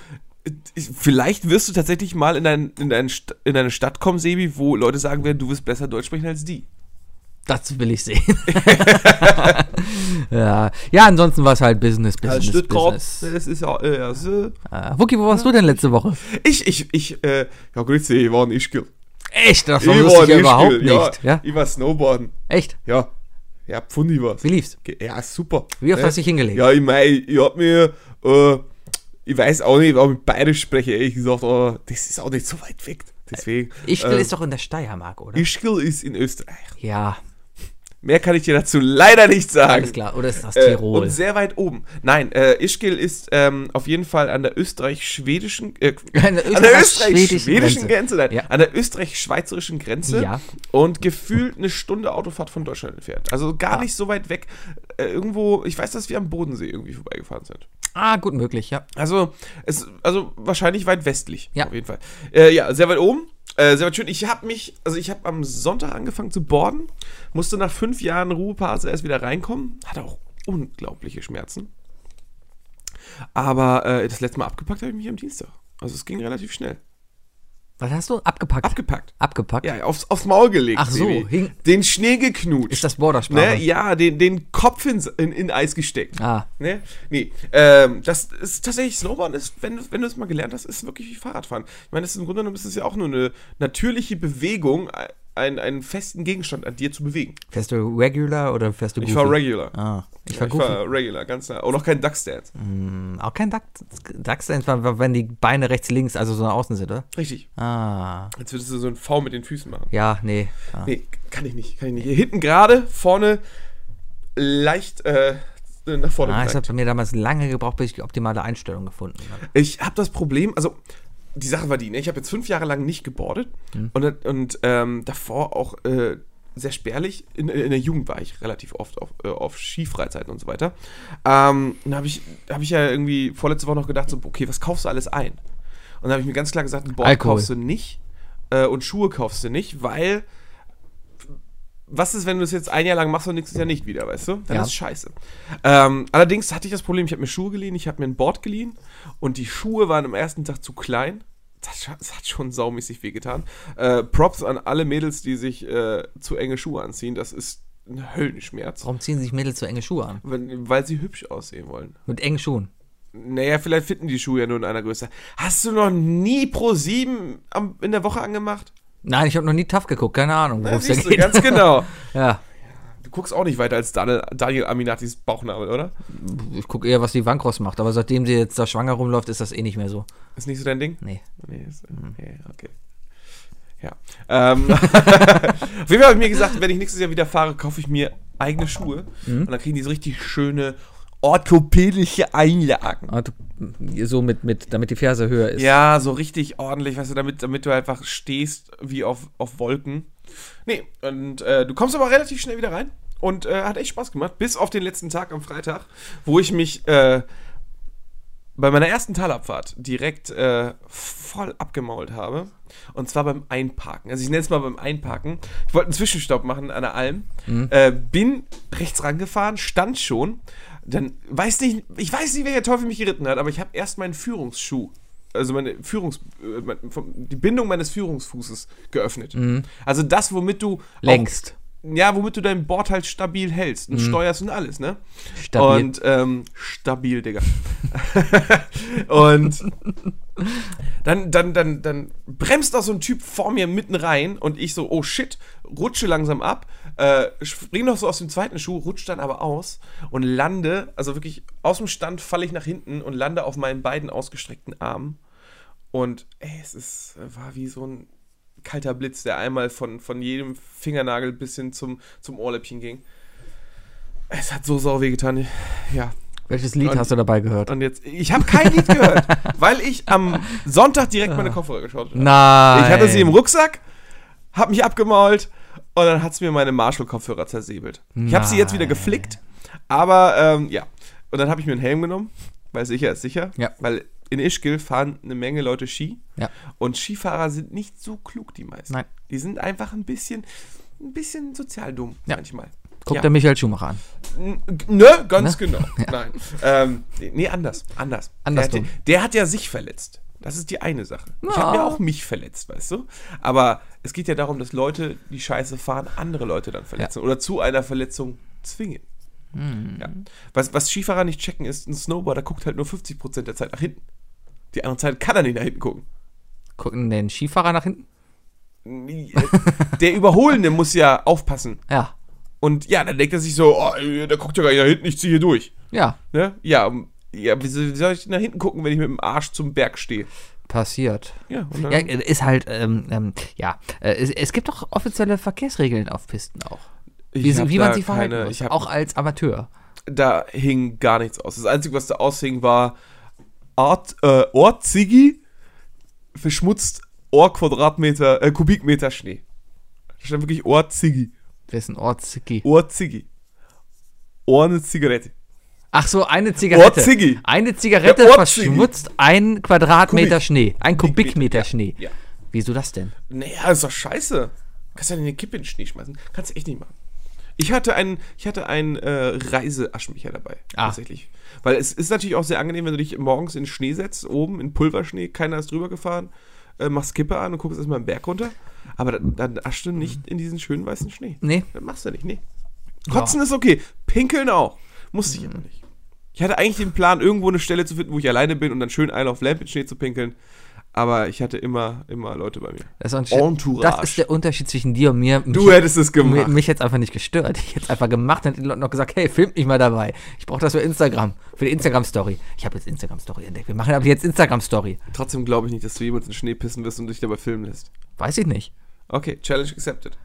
ich- vielleicht wirst du tatsächlich mal in, dein, in, dein, St- in eine Stadt kommen, Sebi, wo Leute sagen werden, du wirst besser Deutsch sprechen als die. Das will ich sehen. *laughs* ja. ja, ansonsten war es halt Business, Business, Business. das ist ja, äh, ja, so. Äh, Wookie, wo warst du denn letzte Woche? Ich, ich, ich, äh, ja, grüß dich, ich war in Ischgl. Echt, das Ich war wusste ich ja in überhaupt Ischgl, nicht. Ja. Ich war Snowboarden, Echt, ja. Ja, Pfundi war's. wie lief's? Ge- Ja, super. Ne? Wie oft hast du dich hingelegt? Ja, ich mein, ich, ich hab mir, äh, ich weiß auch nicht, warum ich bayerisch spreche, ehrlich gesagt, aber das ist auch nicht so weit weg. Deswegen. Ischgl ähm, ist doch in der Steiermark, oder? Ischgl ist in Österreich. ja, Mehr kann ich dir dazu leider nicht sagen. alles klar. Oder ist das Äh, Tirol? und sehr weit oben. Nein, äh, Ischgl ist ähm, auf jeden Fall an der österreich-schwedischen äh, An der an der österreich-schwedischen österreich-schwedischen Grenze. Grenze, nein, Ja. an der österreich-schweizerischen Grenze Ja. und gefühlt eine Stunde Autofahrt von Deutschland entfernt. Also Ah. gar nicht so weit weg. Äh, irgendwo, ich weiß, dass wir am Bodensee irgendwie vorbeigefahren sind. ah, gut möglich, ja. Also, es, also wahrscheinlich weit westlich. Ja. Auf jeden Fall. Äh, ja, sehr weit oben. Äh, sehr weit schön. Ich habe mich, also ich habe am Sonntag angefangen zu borden, musste nach fünf Jahren Ruhepause erst wieder reinkommen, hatte auch unglaubliche Schmerzen. Aber äh, das letzte Mal abgepackt habe ich mich am Dienstag. Also es ging relativ schnell. Was hast du? Abgepackt. Abgepackt. Abgepackt. Ja, aufs, aufs Maul gelegt. Ach so, Sebi. hing- den Schnee geknutscht. Ist das Ne? Bordersprache? Ja, den, den Kopf in, in, in Eis gesteckt. Ah. Ne? Nee. Ähm, das ist tatsächlich Snowboarden ist, wenn, du- wenn du es mal gelernt hast, ist wirklich wie Fahrradfahren. Ich meine, das ist im Grunde genommen ist es ja auch nur eine natürliche Bewegung, ein- ein, einen festen Gegenstand an dir zu bewegen. Fährst du regular oder fährst du Ich war regular. Ah, ich war Ich goofy. Hm. war regular, ganz nah. Auch noch kein Duckstance. Auch kein Duck, Duckstance, war- war, wenn die Beine rechts, links, also so nach außen sind, oder? Richtig. Ah, Jetzt würdest du so einen V mit den Füßen machen. ja, nee. Ah. Nee, kann ich nicht, kann ich nicht. Hier hinten gerade, vorne leicht äh, nach vorne Ah, es geneigt. hat bei mir damals lange gebraucht, bis ich die optimale Einstellung gefunden habe. Ich habe das Problem, also die Sache war die, ne? ich habe jetzt fünf Jahre lang nicht gebordet und, und ähm, davor auch äh, sehr spärlich. In, in der Jugend war ich relativ oft auf, äh, auf Skifreizeiten und so weiter. Ähm, dann habe ich, hab ich ja irgendwie vorletzte Woche noch gedacht, so, okay, was kaufst du alles ein? Und dann habe ich mir ganz klar gesagt, ein Board Alkohol. kaufst du nicht äh, und Schuhe kaufst du nicht, weil was ist, wenn du es jetzt ein Jahr lang machst und nächstes Jahr nicht wieder, weißt du? Dann Ja. ist es scheiße. Ähm, allerdings hatte ich das Problem, ich habe mir Schuhe geliehen, ich habe mir ein Board geliehen und die Schuhe waren am ersten Tag zu klein. Das, scha- das hat schon saumäßig wehgetan. Äh, Props an alle Mädels, die sich äh, zu enge Schuhe anziehen. Das ist ein Höllenschmerz. Warum ziehen sich Mädels so enge Schuhe an? Wenn, weil sie hübsch aussehen wollen. Mit engen Schuhen. Naja, vielleicht finden die Schuhe ja nur in einer Größe. Hast du noch nie Pro 7 am, in der Woche angemacht? Nein, ich habe noch nie tough geguckt, keine Ahnung, worum Das es da siehst du geht. ganz *laughs* genau. Ja, Du guckst auch nicht weiter als Daniel, Daniel Aminatis Bauchnabel, oder? ich gucke eher, was die Wankross macht, aber seitdem sie jetzt da schwanger rumläuft, ist das eh nicht mehr so. Ist nicht so dein Ding? Nee. Nee, ist, okay, okay. Ja. Ähm, *laughs* auf jeden Fall habe ich mir gesagt, wenn ich nächstes Jahr wieder fahre, kaufe ich mir eigene Schuhe. Und dann kriegen die so richtig schöne orthopädische Einlagen. Ah, du- So mit, mit, damit die Ferse höher ist. Ja, so richtig ordentlich, weißt du, damit, damit du einfach stehst wie auf, auf Wolken. Nee, und äh, du kommst aber relativ schnell wieder rein und äh, hat echt Spaß gemacht, bis auf den letzten Tag am Freitag, wo ich mich äh, bei meiner ersten Talabfahrt direkt äh, voll abgemault habe. Und zwar beim Einparken. Also ich nenne es mal beim Einparken. Ich wollte einen Zwischenstopp machen an der Alm. Äh, bin rechts rangefahren, stand schon. Dann weiß nicht, ich weiß nicht, welcher Teufel mich geritten hat, aber ich habe erst meinen Führungsschuh, also meine Führungs, äh, mein, vom, die Bindung meines Führungsfußes geöffnet. Also das, womit du Längst. auch, ja, womit du dein Board halt stabil hältst und steuerst und alles, ne? Stabil. Und ähm, stabil, Digga. *laughs* und dann, dann, dann, dann bremst da so ein Typ vor mir mitten rein und ich so, oh shit, rutsche langsam ab, äh, spring noch so aus dem zweiten Schuh, rutsche dann aber aus und lande, also wirklich aus dem Stand falle ich nach hinten und lande auf meinen beiden ausgestreckten Armen. Und ey, es ist, war wie so ein kalter Blitz, der einmal von, von jedem Fingernagel bis hin zum, zum Ohrläppchen ging. Es hat so sau weh getan. Ja, Welches Lied hast du dabei gehört? und jetzt, ich habe kein Lied *laughs* gehört, weil ich am Sonntag direkt meine Kopfhörer geschaut habe. Ah. Nein. Ich hatte sie im Rucksack, hab mich abgemault und dann hat's mir meine Marshall-Kopfhörer zersäbelt. Ich habe sie jetzt wieder geflickt, aber ähm, ja. Und dann habe ich mir einen Helm genommen, weil sicher ist sicher. Ja. Weil in Ischgl fahren eine Menge Leute Ski Ja. und Skifahrer sind nicht so klug, die meisten. Nein. Die sind einfach ein bisschen, ein bisschen sozial dumm Ja. manchmal. Guck Ja. der Michael Schumacher an. N- Ne, ganz Ne? genau. Nein. Ähm, nee, anders. Anders. Der, Andersrum. hat, der hat ja sich verletzt. Das ist die eine Sache. Ich Ja. habe ja auch mich verletzt, weißt du? Aber es geht ja darum, dass Leute, die Scheiße fahren, andere Leute dann verletzen oder zu einer Verletzung zwingen. Mhm. Ja. Was, was Skifahrer nicht checken ist, ein Snowboarder guckt halt nur 50% der Zeit nach hinten. Die andere Zeit kann er nicht nach hinten gucken. Gucken den Skifahrer nach hinten? äh, *laughs* Der Überholende muss ja aufpassen. Ja. Und ja, dann denkt er sich so, oh, der guckt ja gar nicht nach hinten, ich ziehe hier durch. Ja. Ne? Ja, um- ja, wieso wie soll ich nach hinten gucken, wenn ich mit dem Arsch zum Berg stehe? Passiert. Ja, und dann, Ja, ist halt, ähm, ähm, ja. Äh, Es, es gibt doch offizielle Verkehrsregeln auf Pisten auch. ich Wie, hab wie da man sie verhalten keine- muss. Ich hab, Auch als Amateur. da hing gar nichts aus. Das Einzige, was da aushing, war Art, äh, Ort Ziggy verschmutzt Ohr Quadratmeter, äh, Kubikmeter Schnee. Da stand wirklich Ort Ziggy. Das ist ein Ortszicki. Ohr Ziggy. Ohne Zigarette. Ach so, eine Zigarette. Ortziggi. Eine Zigarette Der Ortziggi. verschmutzt ein Quadratmeter Kubik. Schnee. Ein Kubikmeter Schnee. ja. Wieso das denn? Naja, ist doch scheiße. Kannst ja nicht eine Kippe in den Schnee schmeißen. Kannst du echt nicht machen. Ich hatte einen, ich hatte einen äh, Reiseaschenbecher dabei, Ah. tatsächlich. Weil es ist natürlich auch sehr angenehm, wenn du dich morgens in den Schnee setzt, oben in Pulverschnee, keiner ist drüber gefahren, äh, machst Kippe an und guckst erstmal den Berg runter. Aber dann, dann aschst du nicht in diesen schönen weißen Schnee. Nee. Das machst du nicht, nee. Kotzen ist okay, pinkeln auch. Musste ich aber Mhm. nicht. Ich hatte eigentlich den Plan, irgendwo eine Stelle zu finden, wo ich alleine bin und dann schön Isle of Lamp in Schnee zu pinkeln. Aber ich hatte immer, immer Leute bei mir. Das ist, ein- Entourage. das ist der Unterschied zwischen dir und mir. Mich, Du hättest es mich, gemacht. mich jetzt einfach nicht gestört. Ich hätte es einfach gemacht und den Leuten noch gesagt, hey, filmt mich mal dabei. Ich brauche das für Instagram. Für die Instagram-Story. Ich habe jetzt Instagram-Story entdeckt. Wir machen ab jetzt Instagram-Story. Trotzdem glaube ich nicht, dass du jemals in den Schnee pissen wirst und dich dabei filmen lässt. Weiß ich nicht. Okay, Challenge accepted.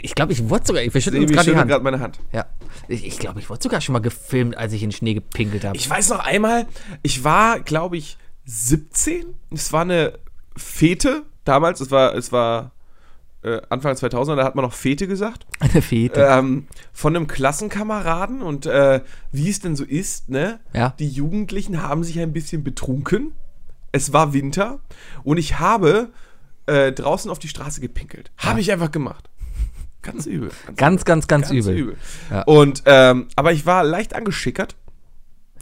Ich glaube, ich wurde sogar, wir schütteln uns Sebi gerade die schüttelt Hand. gerade meine Hand. Ja. Ich, ich glaube, ich wurde sogar schon mal gefilmt, als ich in den Schnee gepinkelt habe. Ich weiß noch einmal, ich war, glaube ich, 17. Es war eine Fete damals. Es war, es war äh, Anfang 2000, da hat man noch Fete gesagt. *laughs* Eine Fete. Ähm, von einem Klassenkameraden und äh, wie es denn so ist, ne? Ja. Die Jugendlichen haben sich ein bisschen betrunken. Es war Winter und ich habe äh, draußen auf die Straße gepinkelt. Habe ich einfach gemacht. Ganz übel. *laughs* Ganz, ganz, ganz, übel. Ja. Und ähm, aber ich war leicht angeschickert.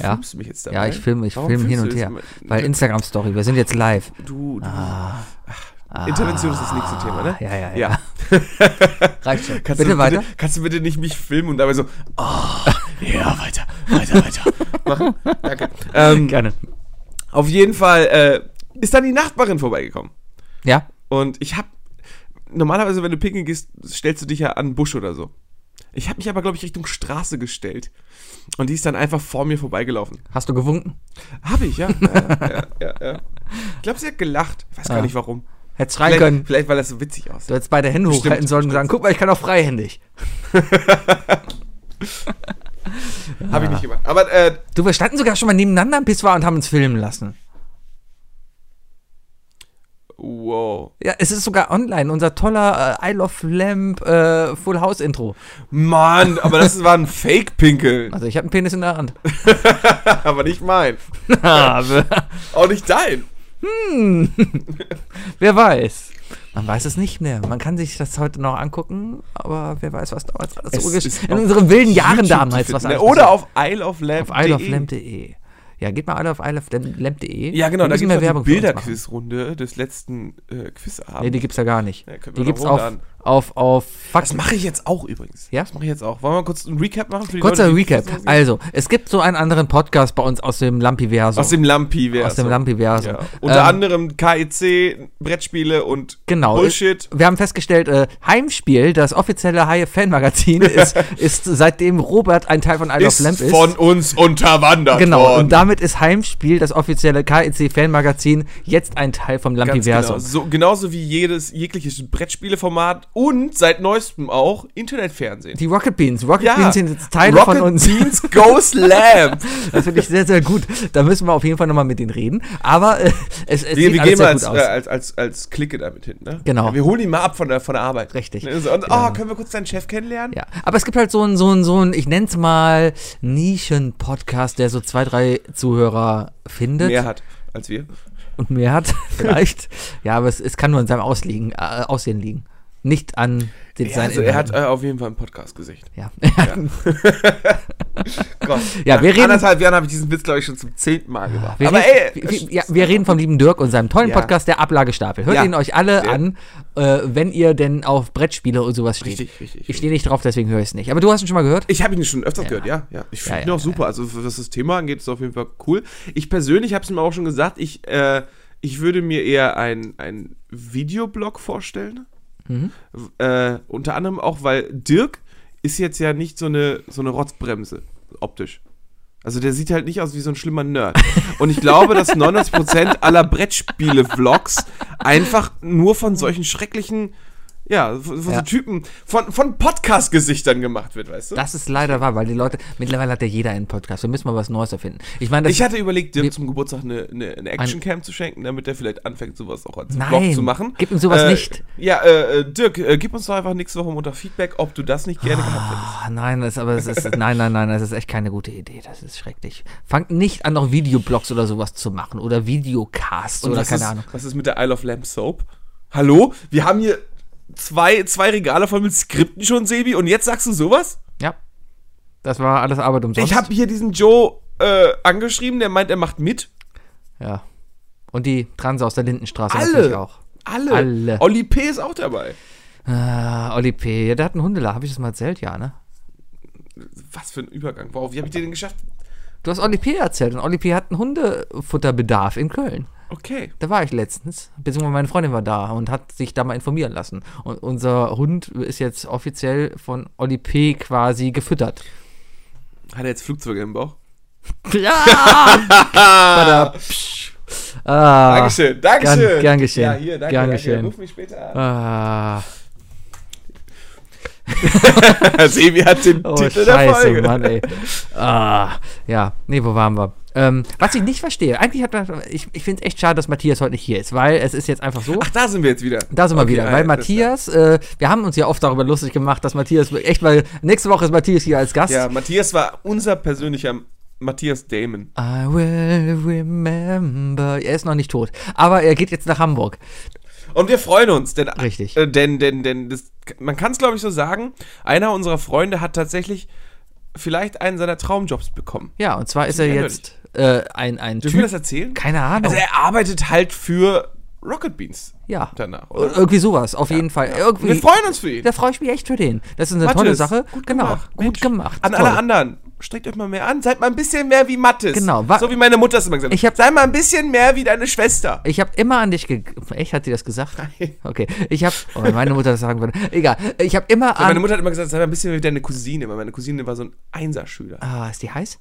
Ja. Filmst du mich jetzt dabei? Ja, ich filme, ich Warum filme hin und filmst her. du das? Weil Instagram-Story, wir sind jetzt live. Du, du. Ach, Intervention ist das nächste Thema, ne? Ah, ja, ja, ja. Reicht schon. Kannst Bitte du, weiter. Bitte, kannst du bitte nicht mich filmen und dabei so, oh, ja, weiter, weiter, *laughs* weiter machen? Danke. Ähm, Gerne. Auf jeden Fall äh, ist dann die Nachbarin vorbeigekommen. Ja, Und ich hab. Normalerweise, wenn du pinkeln gehst, stellst du dich ja an einen Busch oder so. Ich habe mich aber, glaube ich, Richtung Straße gestellt. Und die ist dann einfach vor mir vorbeigelaufen. hast du gewunken? Habe ich, ja. ja, ja, ja, ja. Ich glaube, sie hat gelacht. Ich weiß Ah. gar nicht warum. Hättest schreien Vielleicht, können. vielleicht weil das so witzig Du aussieht. hättest beide Hände Stimmt, hochhalten sollen und sagen, guck mal, ich kann auch freihändig. Ah. Habe ich nicht gemacht. Aber äh, Du, wir standen sogar schon mal nebeneinander im Pissoir und haben uns filmen lassen. wow. Ja, es ist sogar online, unser toller äh, I Love Lamp äh, Full House Intro. Mann, aber das war ein Fake-Pinkel. Also ich habe einen Penis in *laughs* der Hand. *laughs* aber nicht mein. Ah, wer- Auch nicht dein. Hm. wer weiß. Man weiß es nicht mehr. Man kann sich das heute noch angucken, aber wer weiß, was damals alles so gesch- ist In auf unseren wilden Jahren YouTube damals zu was finden, ne? alles Oder auf Isle of Lamp. E. passiert. auf ilovelamp.de. E. Ja, geht mal alle auf ilovelamp.de. Ja, genau, E. Wir da müssen gibt mehr es die Werbung für uns machen. Bilderquizrunde des letzten äh, Nee, Quizabends. die gibt's ja gar nicht. Ja, können wir die gibt's noch auf, runterladen. auf, auf das Fax. mache ich jetzt auch übrigens. Ja? Das mache ich jetzt auch. Wollen wir mal kurz einen Recap machen? Für die Kurzer Leute, die Recap. das nicht sehen? Also, es gibt so einen anderen Podcast bei uns aus dem Lampiversum. Aus dem Lampi wäre Aus dem Lampiversum. ja. Unter Ähm, anderem KIC, Brettspiele und Genau. Bullshit. Wir haben festgestellt, äh, Heimspiel, das offizielle Haie *laughs* Fan Magazin, ist, ist seitdem Robert ein Teil von I Love Lamp ist. von uns unterwandert genau. worden. Und damit ist Heimspiel, das offizielle KIC Fan Magazin, jetzt ein Teil vom Ganz genau. Lampiversum. So, genauso wie jedes jegliches Brettspieleformat und seit neuestem auch Internetfernsehen. Die Rocket Beans. Rocket Beans sind jetzt Teil Rocket von uns. Beans Goes Lamp. Das finde ich sehr, sehr gut. Da müssen wir auf jeden Fall nochmal mit denen reden. Aber äh, *laughs* es, es Wir, sieht wir alles gehen sehr mal als, gut äh, aus. als, als, als Clique damit hin, ne? Genau. Ja, wir holen ihn mal ab von der, von der Arbeit. Richtig. Ne? So, Und, Genau. oh, können wir kurz deinen Chef kennenlernen? Ja, aber es gibt halt so einen, so einen, so einen ich nenne es mal Nischen-Podcast, der so zwei, drei Zuhörer findet Mehr hat als wir. und mehr hat, *laughs* vielleicht. ja, aber es, es kann nur an seinem Ausliegen, äh, Aussehen liegen. Nicht an den Ja, seinen also er hat Inhalten. äh, auf jeden Fall ein Podcast-Gesicht. ja. *laughs* Gott. Ja, wir Nach reden- Anderthalb Jahren habe ich diesen Witz, glaube ich, schon zum zehnten Mal gemacht. Wir, Aber ey, reden, wir, ja, wir reden vom lieben Dirk und seinem tollen Ja. Podcast, der Ablagestapel. Hört Ja. ihn euch alle Der- an, äh, wenn ihr denn auf Brettspiele und sowas steht. Richtig, richtig, Ich stehe nicht drauf, deswegen höre ich es nicht. Aber du hast ihn schon mal gehört? Ich habe ihn schon öfters gehört, ja. ja. Ich finde Ja, ihn ja, auch ja, super. Also, was das Thema angeht, ist auf jeden Fall cool. Ich persönlich habe es mir auch schon gesagt, ich, äh, ich würde mir eher ein- ein Videoblog vorstellen. Mhm. Äh, unter anderem auch, weil Dirk ist jetzt ja nicht so eine, so eine Rotzbremse, optisch. Also der sieht halt nicht aus wie so ein schlimmer Nerd. Und ich glaube, dass 99% aller Brettspiele-Vlogs einfach nur von solchen schrecklichen, ja, von, von Ja. so Typen, von, von Podcast-Gesichtern gemacht wird, weißt du? Das ist leider wahr, weil die Leute, mittlerweile hat ja jeder einen Podcast. Wir müssen mal was Neues erfinden. Ich meine, das Ich hatte überlegt, dir Wir- zum Geburtstag eine, eine, eine Actioncam zu schenken, damit er vielleicht anfängt, sowas auch als Nein, Vlog zu machen. gib ihm sowas äh, nicht. Ja, äh, äh, Dirk, äh, gib uns doch einfach nächste Woche Montag Feedback, ob du das nicht gerne gehabt hättest. Ah, nein, das, aber es ist, nein, nein, nein, das ist echt keine gute Idee. Das ist schrecklich. Fangt nicht an, noch Videoblogs oder sowas zu machen oder Videocasts Ah, oder was keine ist, Ahnung. Was ist mit der Isle of Lamp Soap? Hallo? Wir haben hier zwei, zwei Regale voll mit Skripten schon, Sebi, und jetzt sagst du sowas? Ja. Das war alles Arbeit umsonst. Ich habe hier diesen Joe äh, angeschrieben, der meint, er macht mit. ja. Und die Transe aus der Lindenstraße Alle. natürlich auch. Alle. Alle. Olli P. ist auch dabei. Ah, Oli P. Ja, der hat einen Hundela. Habe ich das mal erzählt? Ja, ne? Was für ein Übergang. Wow, wie habe ich dir denn geschafft? Du hast Oli P. erzählt und Oli P. hat einen Hundefutterbedarf in Köln. Okay. Da war ich letztens, beziehungsweise meine Freundin war da und hat sich da mal informieren lassen. Und unser Hund ist jetzt offiziell von Oli P. quasi gefüttert. Hat er jetzt Flugzeuge im Bauch? *laughs* Ja! Badab. ah, Dankeschön, Dankeschön. gern- gern geschehen. Ja, hier, danke, Gern danke. geschehen. Ruf mich später an. Ah, *laughs* Sebi hat den oh, Titel der scheiße, Folge. Mann, ey. Ah, ja, nee, wo waren wir? Ähm, was ich nicht verstehe, eigentlich hat man, ich, ich finde es echt schade, dass Matthias heute nicht hier ist, weil es ist jetzt einfach so. Ach, da sind wir jetzt wieder. Da sind wir Okay, ah, wieder, ja, weil ja, Matthias, äh, wir haben uns ja oft darüber lustig gemacht, dass Matthias, echt, weil nächste Woche ist Matthias hier als das- Gast. Ja, Matthias war unser persönlicher Matthias Damon. I will remember. Er ist noch nicht tot, aber er geht jetzt nach Hamburg. Und wir freuen uns, denn Richtig. Äh, denn denn denn das, man kann es glaube ich so sagen. Einer unserer Freunde hat tatsächlich vielleicht einen seiner Traumjobs bekommen. Ja, und zwar ist er eindeutig. jetzt äh, ein, ein Dürfen wir Typ. das erzählen? Keine Ahnung. Also er arbeitet halt für Rocket Beans. ja. Danach. Ir- Irgendwie sowas, auf jeden Fall. Irgendwie, Wir freuen uns für ihn. Da freue ich mich echt für den. Das ist eine tolle Mathis, Sache. gut genau, gemacht, gut Mensch. gemacht. An Toll. alle anderen. Streckt euch mal mehr an. Seid mal ein bisschen mehr wie Mattes. Genau, wa- So wie meine Mutter es immer gesagt hat. Ich hab- Sei mal ein bisschen mehr wie deine Schwester. Ich habe immer an dich ge Echt, hat sie das gesagt? Nein. Okay. Ich habe. Oh, wenn meine Mutter das sagen würde. Egal. Ich habe immer meine an. Mutter hat immer gesagt, sei mal ein bisschen mehr wie deine Cousine. Weil meine Cousine war so ein Einserschüler. Ah, ist die heiß?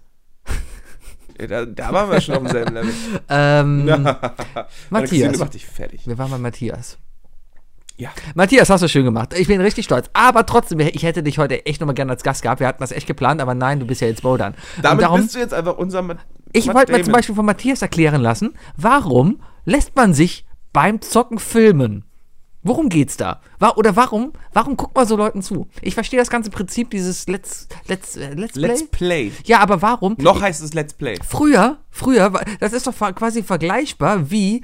Da, da waren wir schon auf demselben *laughs* Level. Ähm, Meine Cousine Matthias. macht dich fertig. Wir waren bei Matthias. Ja. Matthias, hast du schön gemacht. Ich bin richtig stolz. Aber trotzdem, ich hätte dich heute echt nochmal gerne als Gast gehabt. Wir hatten das echt geplant, aber nein, du bist ja jetzt Bodan. Und Damit darum, bist du jetzt einfach unser Matt- ich Matt wollte mir zum Damon. Beispiel von Matthias erklären lassen, warum lässt man sich beim Zocken filmen? Worum geht's da? Wa- Oder warum, warum guckt man so Leuten zu? Ich verstehe das ganze Prinzip dieses Let's, Let's, äh, Let's Play. Let's Play. ja, aber warum? Noch heißt es Let's Play. Früher, früher, wa- das ist doch ver- quasi vergleichbar wie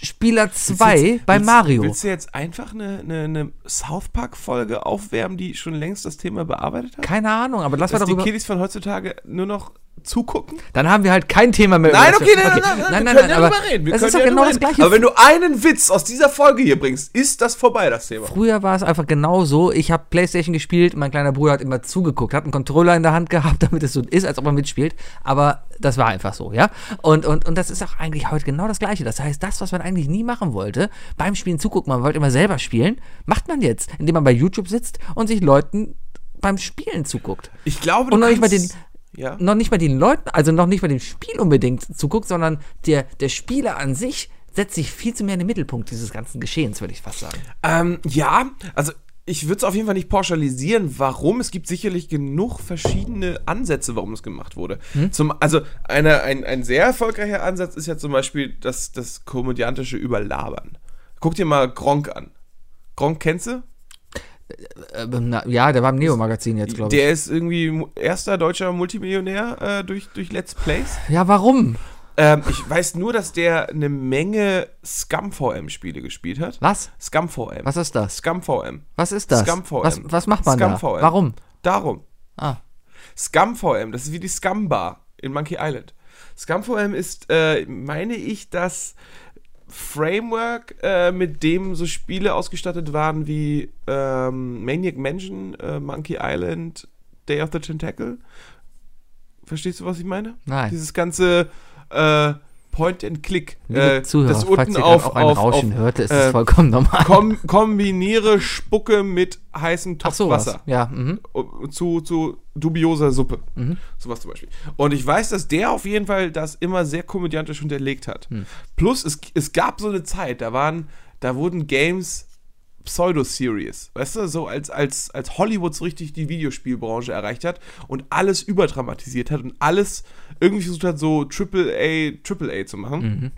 Spieler 2 bei willst, Mario. Willst du jetzt einfach eine, eine, eine South Park-Folge aufwärmen, die schon längst das Thema bearbeitet hat? Keine Ahnung, aber lass mal Dass die darüber. Kiddies von heutzutage nur noch zugucken? Dann haben wir halt kein Thema mehr. über Nein, das okay, wir- nein, nein, nein, nein, wir nein, können nein, ja aber drüber reden. Wir das können ist doch ja genau drüber das reden. Gleiche. Aber wenn du einen Witz aus dieser Folge hier bringst, ist das vorbei, das Thema. Früher war es einfach genau so. Ich habe Playstation gespielt, mein kleiner Bruder hat immer zugeguckt, hat einen Controller in der Hand gehabt, *laughs* damit es so ist, als ob man mitspielt. Aber das war einfach so, ja. Und, und, und das ist auch eigentlich heute genau das Gleiche. Das heißt, das, was man eigentlich nie machen wollte, beim Spielen zugucken, man wollte immer selber spielen, macht man jetzt, indem man bei YouTube sitzt und sich Leuten beim Spielen zuguckt. Ich glaube, Und noch nicht mal den, kannst- Ja. noch nicht mal den Leuten, also noch nicht mal dem Spiel unbedingt zuguckt, sondern der, der Spieler an sich setzt sich viel zu mehr in den Mittelpunkt dieses ganzen Geschehens, würde ich fast sagen. Ähm, ja, also ich würde es auf jeden Fall nicht pauschalisieren, warum. Es gibt sicherlich genug verschiedene Ansätze, warum es gemacht wurde. Hm? Zum, also eine, ein, ein sehr erfolgreicher Ansatz ist ja zum Beispiel das, das komödiantische Überlabern. Guck dir mal Gronk an. Gronk kennst du? Äh, Ähm, na, ja, der war im Neo-Magazin jetzt, glaube ich. Der ist irgendwie mu- erster deutscher Multimillionär äh, durch, durch Let's Plays. Ja, warum? Ähm, ich weiß nur, dass der eine Menge Scum-VM-Spiele gespielt hat. Was? Scum-VM. Was ist das? Scum-VM. Was ist das? Scum-VM. Was, was macht man da? Scum-VM. Warum? Darum. Ah. Scum VM, das ist wie die Scum Bar in Monkey Island. Scum VM ist, äh, meine ich, das Framework, äh, mit dem so Spiele ausgestattet waren wie ähm, Maniac Mansion, äh, Monkey Island, Day of the Tentacle. Verstehst du, was ich meine? Nein. Dieses ganze äh, Point and Click, Liebe äh, Zuhörer, das falls unten ihr auf, auf, auch ein auf, auf Rauschen hörte, ist äh, das vollkommen normal. kom kombiniere Spucke mit heißem Topf sowas. Wasser Ja, mhm. zu, zu dubioser Suppe. Sowas zum Beispiel. Und ich weiß, dass der auf jeden Fall das immer sehr komödiantisch unterlegt hat. Plus, es, es gab so eine Zeit, da waren, da wurden Games Pseudo-Series, weißt du, so als, als, als Hollywood so richtig die Videospielbranche erreicht hat und alles überdramatisiert hat und alles irgendwie versucht hat, so AAA, AAA zu machen.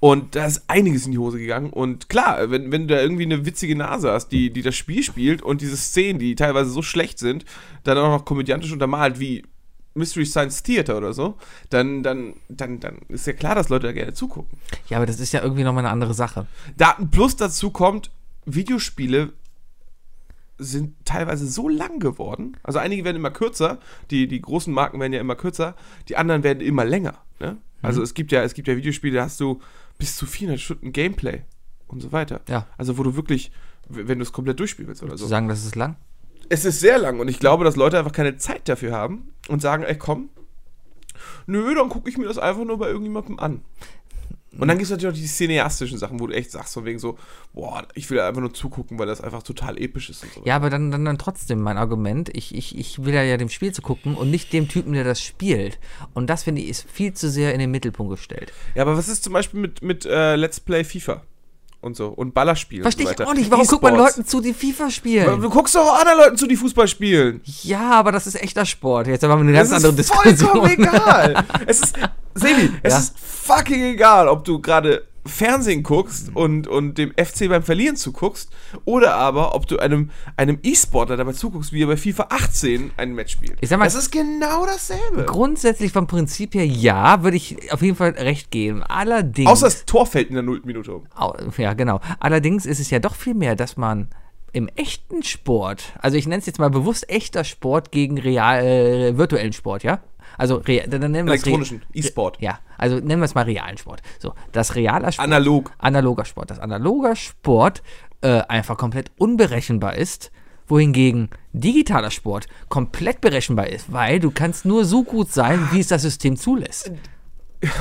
Und da ist einiges in die Hose gegangen. Und klar, wenn, wenn du da irgendwie eine witzige Nase hast, die, die das Spiel spielt und diese Szenen, die teilweise so schlecht sind, dann auch noch komödiantisch untermalt wie Mystery Science Theater oder so, dann, dann, dann, dann ist ja klar, dass Leute da gerne zugucken. ja, aber das ist ja irgendwie nochmal eine andere Sache. Daten plus dazu kommt, Videospiele sind teilweise so lang geworden. Also einige werden immer kürzer, die, die großen Marken werden ja immer kürzer, die anderen werden immer länger. Ne? Also es gibt ja, es gibt ja Videospiele, da hast du bis zu 400 Stunden Gameplay und so weiter. Ja. Also wo du wirklich, w- wenn du es komplett durchspielst oder Zu so. sagen, das ist lang. Es ist sehr lang und ich glaube, dass Leute einfach keine Zeit dafür haben und sagen, ey komm, nö, dann gucke ich mir das einfach nur bei irgendjemandem an. Und dann gibt es natürlich auch die cineastischen Sachen, wo du echt sagst, von wegen so, boah, ich will einfach nur zugucken, weil das einfach total episch ist und so. Ja, aber dann, dann, dann trotzdem mein Argument. Ich, ich, ich will ja, ja dem Spiel zu gucken und nicht dem Typen, der das spielt. Und das finde ich ist viel zu sehr in den Mittelpunkt gestellt. Ja, aber was ist zum Beispiel mit, mit äh, Let's Play FIFA und so und Ballerspielen Verstehe und so ich weiter? auch nicht. Warum guckt man E-Sports. Leuten zu, die FIFA spielen? Du guckst doch auch anderen Leuten zu, die Fußball spielen. Ja, aber das ist echter Sport. Jetzt haben wir eine ganz es andere ist Diskussion. vollkommen egal. es ist, Sebi, es Ja. ist fucking egal, ob du gerade Fernsehen guckst und, und dem FC beim Verlieren zuguckst oder aber, ob du einem, einem E-Sportler dabei zuguckst, wie er bei FIFA 18 ein Match spielt. Ich sag mal- das ist genau dasselbe. *laughs* Grundsätzlich vom Prinzip her ja, würde ich auf jeden Fall recht geben. Allerdings. Außer das Tor fällt in der nullten Minute um. Au- Ja, genau. Allerdings ist es ja doch viel mehr, dass man im echten Sport, also ich nenne es jetzt mal bewusst echter Sport gegen real, äh, virtuellen Sport, ja? Also rea- dann nennen wir es re- Elektronischen E-Sport. Ja, also nennen wir es mal realen Sport. So, dass realer Sport, Analog. *laughs* analoger Sport, dass analoger Sport äh, einfach komplett unberechenbar ist, wohingegen digitaler Sport komplett berechenbar ist, weil du kannst nur so gut sein, wie es das System zulässt.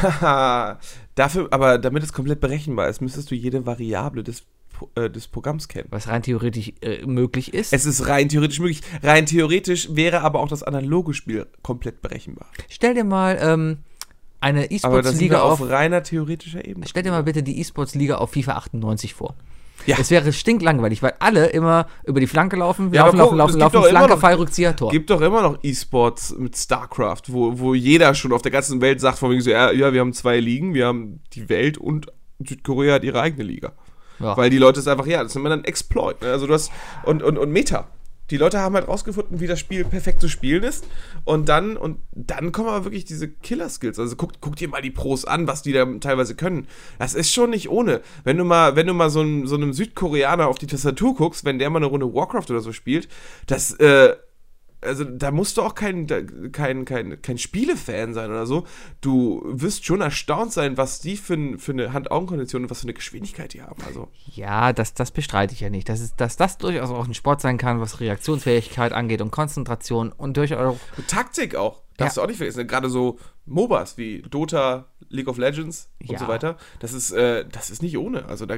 Haha. Dafür, aber damit es komplett berechenbar ist, müsstest du jede Variable des Po- äh, des Programms kennen. Was rein theoretisch äh, möglich ist. Es ist rein theoretisch möglich. Rein theoretisch wäre aber auch das analoge Spiel komplett berechenbar. Stell dir mal ähm, eine Aber das sind E-Sports-Liga wir auf, auf reiner theoretischer Ebene. Stell dir mal bitte die E-Sports-Liga auf FIFA 98 vor. Ja. Es wäre stinklangweilig, weil alle immer über die Flanke laufen, Ja, laufen, aber guck, laufen, es laufen, gibt laufen, doch immer Flanke, noch- Fallrückzieher, Tor. Gibt doch immer noch E-Sports mit StarCraft, wo, wo jeder schon auf der ganzen Welt sagt, von wegen so, ja, ja, wir haben zwei Ligen, wir haben die Welt und Südkorea hat ihre eigene Liga. Ja. Weil die Leute es einfach, ja, das nennt man dann Exploit. Ne? Also du hast, und, und, und Meta. Die Leute haben halt rausgefunden, wie das Spiel perfekt zu spielen ist. Und dann, und dann kommen aber wirklich diese Killer-Skills. Also guckt, guckt dir mal die Pros an, was die da teilweise können. Das ist schon nicht ohne. Wenn du mal, wenn du mal so einem, so einem Südkoreaner auf die Tastatur guckst, wenn der mal eine Runde Warcraft oder so spielt, das, äh, also da musst du auch kein, da- kein, kein, kein Spielefan sein oder so. Du wirst schon erstaunt sein, was die für, n- für eine Hand-Augen-Kondition und was für eine Geschwindigkeit die haben. Also. Ja, das, das bestreite ich ja nicht. Das ist, dass das durchaus auch ein Sport sein kann, was Reaktionsfähigkeit angeht und Konzentration und durchaus auch Und Taktik auch. Darfst Ja. du auch nicht vergessen. Gerade so MOBAs wie Dota, League of Legends und Ja. so weiter. Das ist, äh, das ist nicht ohne. Also da,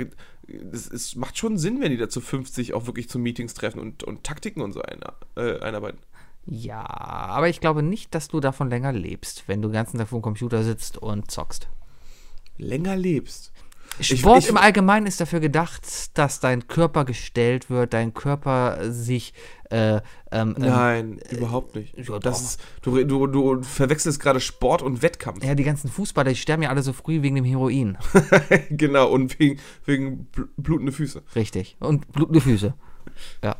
das, es macht schon Sinn, wenn die da zu 50 auch wirklich zu Meetings treffen und, und Taktiken und so einer, äh, einarbeiten. Ja, aber ich glaube nicht, dass du davon länger lebst, wenn du den ganzen Tag vor dem Computer sitzt und zockst. Länger lebst. Sport ich- im Allgemeinen ist dafür gedacht, dass dein Körper gestellt wird, dein Körper sich. Äh, ähm, ähm, Nein, überhaupt nicht. ja, das doch. ist, du, re- du, du verwechselst gerade Sport und Wettkampf. ja, die ganzen Fußballer, die sterben ja alle so früh wegen dem Heroin. *laughs* *laughs* genau, und wegen, wegen bl- blutende Füße. Richtig. Und blutende Füße. Ja.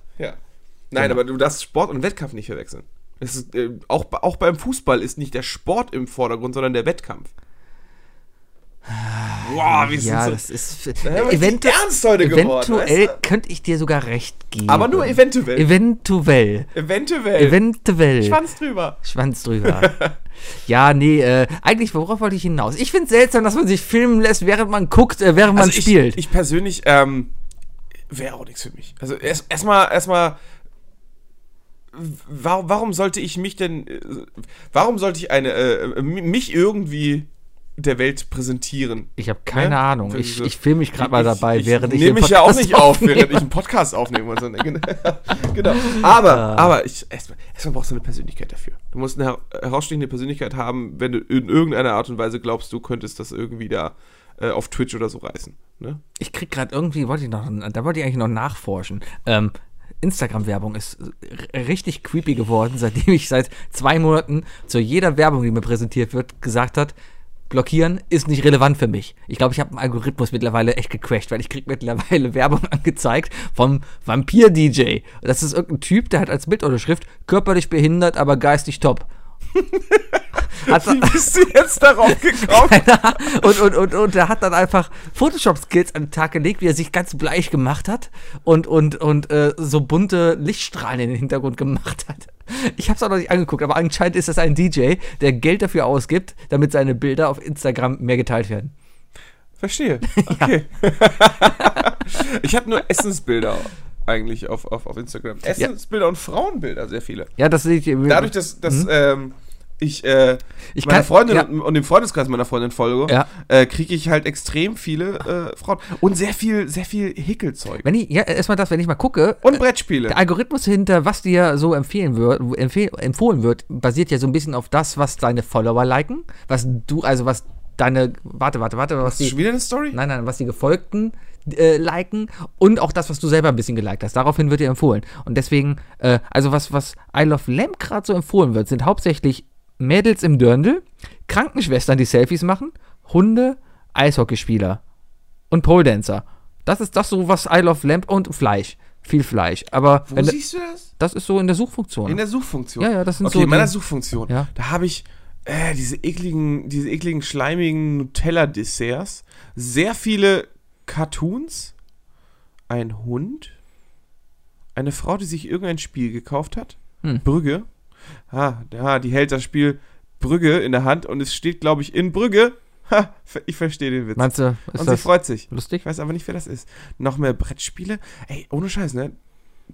Nein, Genau. aber du darfst Sport und Wettkampf nicht verwechseln. Es ist, äh, auch, bei- auch beim Fußball ist nicht der Sport im Vordergrund, sondern der Wettkampf. Boah, wir Ja, sind das so. ist. haben wir eventu- richtig ernst heute geworden, eventuell weißt könnte ich dir sogar recht geben. Aber nur eventuell. Eventuell. eventuell. Äh, Eventuell. Schwanz drüber. Schwanz *laughs* drüber. ja, nee, äh, eigentlich, worauf wollte ich hinaus? Ich finde es seltsam, dass man sich filmen lässt, während man guckt, äh, während man Also ich, spielt. Ich persönlich ähm, wäre auch nichts für mich. Also erst- erstmal, erstmal, warum, warum sollte ich mich denn, äh, warum sollte ich eine, äh, m- mich irgendwie der Welt präsentieren? Ich habe keine Ne? Ahnung. Irgendwie Ich, so. ich filme mich gerade mal dabei, während ich nehme den mich ja auch Podcast nicht auf, aufnehme. während ich einen Podcast aufnehme. *laughs* Und so. genau. Aber, aber ich, erstmal, erstmal brauchst du eine Persönlichkeit dafür. Du musst eine her- herausstehende Persönlichkeit haben, wenn du in irgendeiner Art und Weise glaubst, du könntest das irgendwie da äh, auf Twitch oder so reißen. Ne? Ich krieg gerade irgendwie, wollte ich noch, da wollte ich eigentlich noch nachforschen. Ähm, Instagram-Werbung ist r- richtig creepy geworden, seitdem ich seit zwei Monaten zu jeder Werbung, die mir präsentiert wird, gesagt hat, blockieren ist nicht relevant für mich. Ich glaube, ich habe einen Algorithmus mittlerweile echt gecrashed, weil ich krieg mittlerweile *laughs* Werbung angezeigt vom Vampir-DJ. Das ist irgendein Typ, der hat als Bild oder Schrift körperlich behindert, aber geistig top. *laughs* Also, Hat- Wie bist du jetzt *laughs* darauf gekommen? und, und, und, und er hat dann einfach Photoshop-Skills an den Tag gelegt, wie er sich ganz bleich gemacht hat und, und, und äh, so bunte Lichtstrahlen in den Hintergrund gemacht hat. Ich habe es auch noch nicht angeguckt, aber anscheinend ist das ein DJ, der Geld dafür ausgibt, damit seine Bilder auf Instagram mehr geteilt werden. Verstehe. Okay. *laughs* ich habe nur Essensbilder eigentlich auf, auf, auf Instagram. Essensbilder und Frauenbilder, sehr viele. Ja, das sehe ich eben. Dadurch, dass, dass ähm, ich, äh, Ich meiner kann- Freundin ja. und, und dem Freundeskreis meiner Freundin folge, Ja. äh, kriege ich halt extrem viele äh, Frauen. Und sehr viel, sehr viel Hickelzeug. wenn ich, ja, erstmal das, wenn ich mal gucke, Und Brettspiele. Der Algorithmus hinter, was dir so empfehlen wird, empfehl, empfohlen wird, basiert ja so ein bisschen auf das, was deine Follower liken, was du, also was deine, warte, warte, warte, was Ist die, schon wieder eine Story? nein, nein, was die Gefolgten äh, liken und auch das, was du selber ein bisschen geliked hast. Daraufhin wird dir empfohlen. Und deswegen, äh, also was, was I Love Lamb gerade so empfohlen wird, sind hauptsächlich Mädels im Dörndl, Krankenschwestern, die Selfies machen, Hunde, Eishockeyspieler und Pole Dancer. Das ist das so, was I Love Lamb und Fleisch. Viel Fleisch. Aber Wo wenn- siehst du das? das ist so in der Suchfunktion. In der Suchfunktion. Ja, ja, das sind okay, so in meiner die- Suchfunktion. Ja. Da habe ich äh, diese ekligen, diese ekligen, schleimigen Nutella-Desserts, sehr viele Cartoons, ein Hund, eine Frau, die sich irgendein Spiel gekauft hat, Hm. Brügge. Ah, da, die hält das Spiel Brügge in der Hand und es steht, glaube ich, in Brügge. Ha, ich verstehe den Witz. Meinst du, und ist sie das freut sich. lustig? Ich weiß aber nicht, wer das ist. Noch mehr Brettspiele? Ey, ohne Scheiß, ne?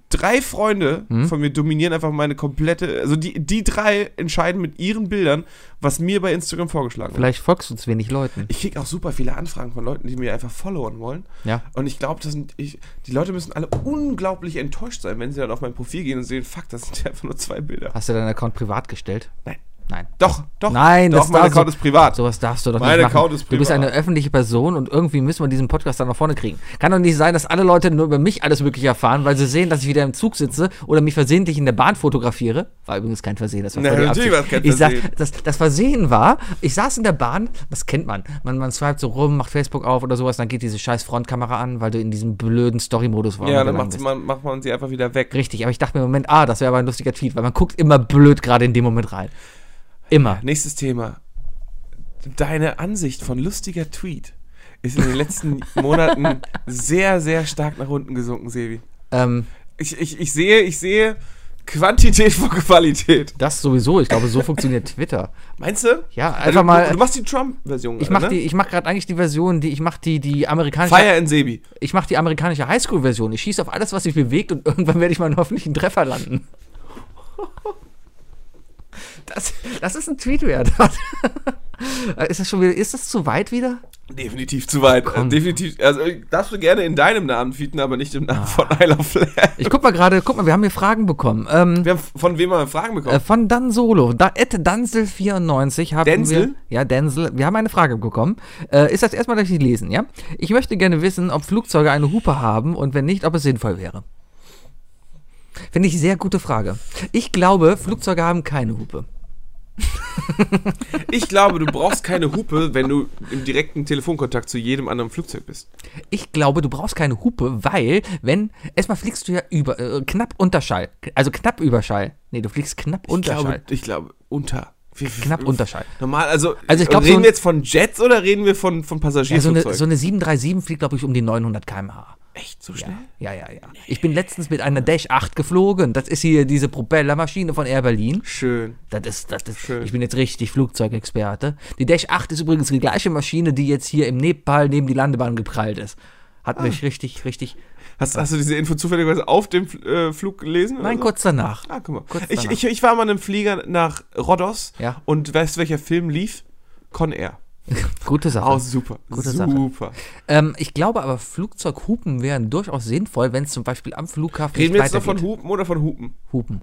drei Freunde Hm? von mir dominieren einfach meine komplette. Also die, die drei entscheiden mit ihren Bildern, was mir bei Instagram vorgeschlagen wird. Vielleicht folgst du uns wenig Leuten. Ich kriege auch super viele Anfragen von Leuten, die mir einfach followen wollen. Ja. Und ich glaube, das sind. Ich, die Leute müssen alle unglaublich enttäuscht sein, wenn sie dann auf mein Profil gehen und sehen, fuck, das sind ja einfach nur zwei Bilder. Hast du deinen Account privat gestellt? Nein. Nein. Doch, doch. Nein, doch, das mein darfst du- Account ist privat. Sowas darfst du doch Mein nicht machen. Account ist du bist privat. eine öffentliche Person und irgendwie müssen wir diesen Podcast dann nach vorne kriegen. Kann doch nicht sein, dass alle Leute nur über mich alles Mögliche erfahren, weil sie sehen, dass ich wieder im Zug sitze oder mich versehentlich in der Bahn fotografiere. War übrigens kein Versehen, das war Na, voll die natürlich Absicht. war es kein Ich sag, Versehen. das, das Versehen war, ich saß in der Bahn, das kennt man. Man, man swipet so rum, macht Facebook auf oder sowas, dann geht diese scheiß Frontkamera an, weil du in diesem blöden Story-Modus warst. ja, dann macht man, macht man sie einfach wieder weg. Richtig, aber ich dachte mir im Moment, ah, das wäre aber ein lustiger Tweet, weil man guckt immer blöd gerade in dem Moment rein. Immer. Nächstes Thema. Deine Ansicht von lustiger Tweet ist in den *laughs* letzten Monaten sehr, sehr stark nach unten gesunken, Sebi. Ähm, Ich, ich, ich sehe, ich sehe Quantität vor Qualität. das sowieso, ich glaube, *laughs* so funktioniert Twitter. Meinst du? Ja, Also einfach du, mal. Du machst die Trump-Version. ich gerade, mache ne? die, ich mache gerade eigentlich die Version, die ich mache die die amerikanische, Fire in Sebi. ich mache die amerikanische Highschool-Version. Ich schieße auf alles, was sich bewegt und *laughs* irgendwann werde ich mal einen hoffentlichen *laughs* Treffer landen. Das, das ist ein Tweet wert. *laughs* ist das schon wieder? Ist das zu weit wieder? Definitiv zu weit. Komm. Definitiv. Also äh, darfst du gerne in deinem Namen tweeten, aber nicht im Namen von I Love Flair. Ich guck mal gerade, guck mal, wir haben hier Fragen bekommen. Ähm, Wir haben von wem haben wir Fragen bekommen? Äh, von Dan Solo, da, at Danzel94 haben Denzel? wir... Ja, Denzel. Wir haben eine Frage bekommen. Äh, ist das erstmal, dass ich die lesen, ja? Ich möchte gerne wissen, ob Flugzeuge eine Hupe haben und wenn nicht, ob es sinnvoll wäre. Finde ich sehr gute Frage. Ich glaube, Flugzeuge haben keine Hupe. Äh. Ich glaube, du brauchst keine Hupe, wenn du im direkten Telefonkontakt zu jedem anderen Flugzeug bist. Ich glaube, du brauchst keine Hupe, weil, wenn, erstmal fliegst du ja über, äh, knapp unter Schall. Also knapp über Schall. Nee, du fliegst knapp unter Schall. Ich glaube, unter. Wir- wir- Knapp unter Schall. Normal, also, Also ich glaub, reden so ein- wir jetzt von Jets oder reden wir von, von Ja, Also so, eine, Passagierflugzeugen? so eine 737 fliegt, glaube ich, um die 900 km/h. Echt so schnell? Ja, ja, ja. Ich bin letztens mit einer Dash 8 geflogen. Das ist hier diese Propellermaschine von Air Berlin. Schön. Das ist, das ist, Schön. ich bin jetzt richtig Flugzeugexperte. Die Dash 8 ist übrigens die gleiche Maschine, die jetzt hier im Nepal neben die Landebahn geprallt ist. Ah. Hat mich richtig, richtig. Hast, hast du diese Info zufälligerweise auf dem äh, Flug gelesen? oder Nein, so? kurz danach. *laughs* Ah, guck mal. kurz ich, danach. ich, ich war mal in einem Flieger nach Rhodos Ja. und weißt du, welcher Film lief? Con Air. Gute Sache. Oh, super. Gute Sache. super. Ähm, ich glaube aber, Flugzeughupen wären durchaus sinnvoll, wenn es zum Beispiel am Flughafen Reden wir jetzt noch weitergeht. von Hupen oder von Hupen? Hupen.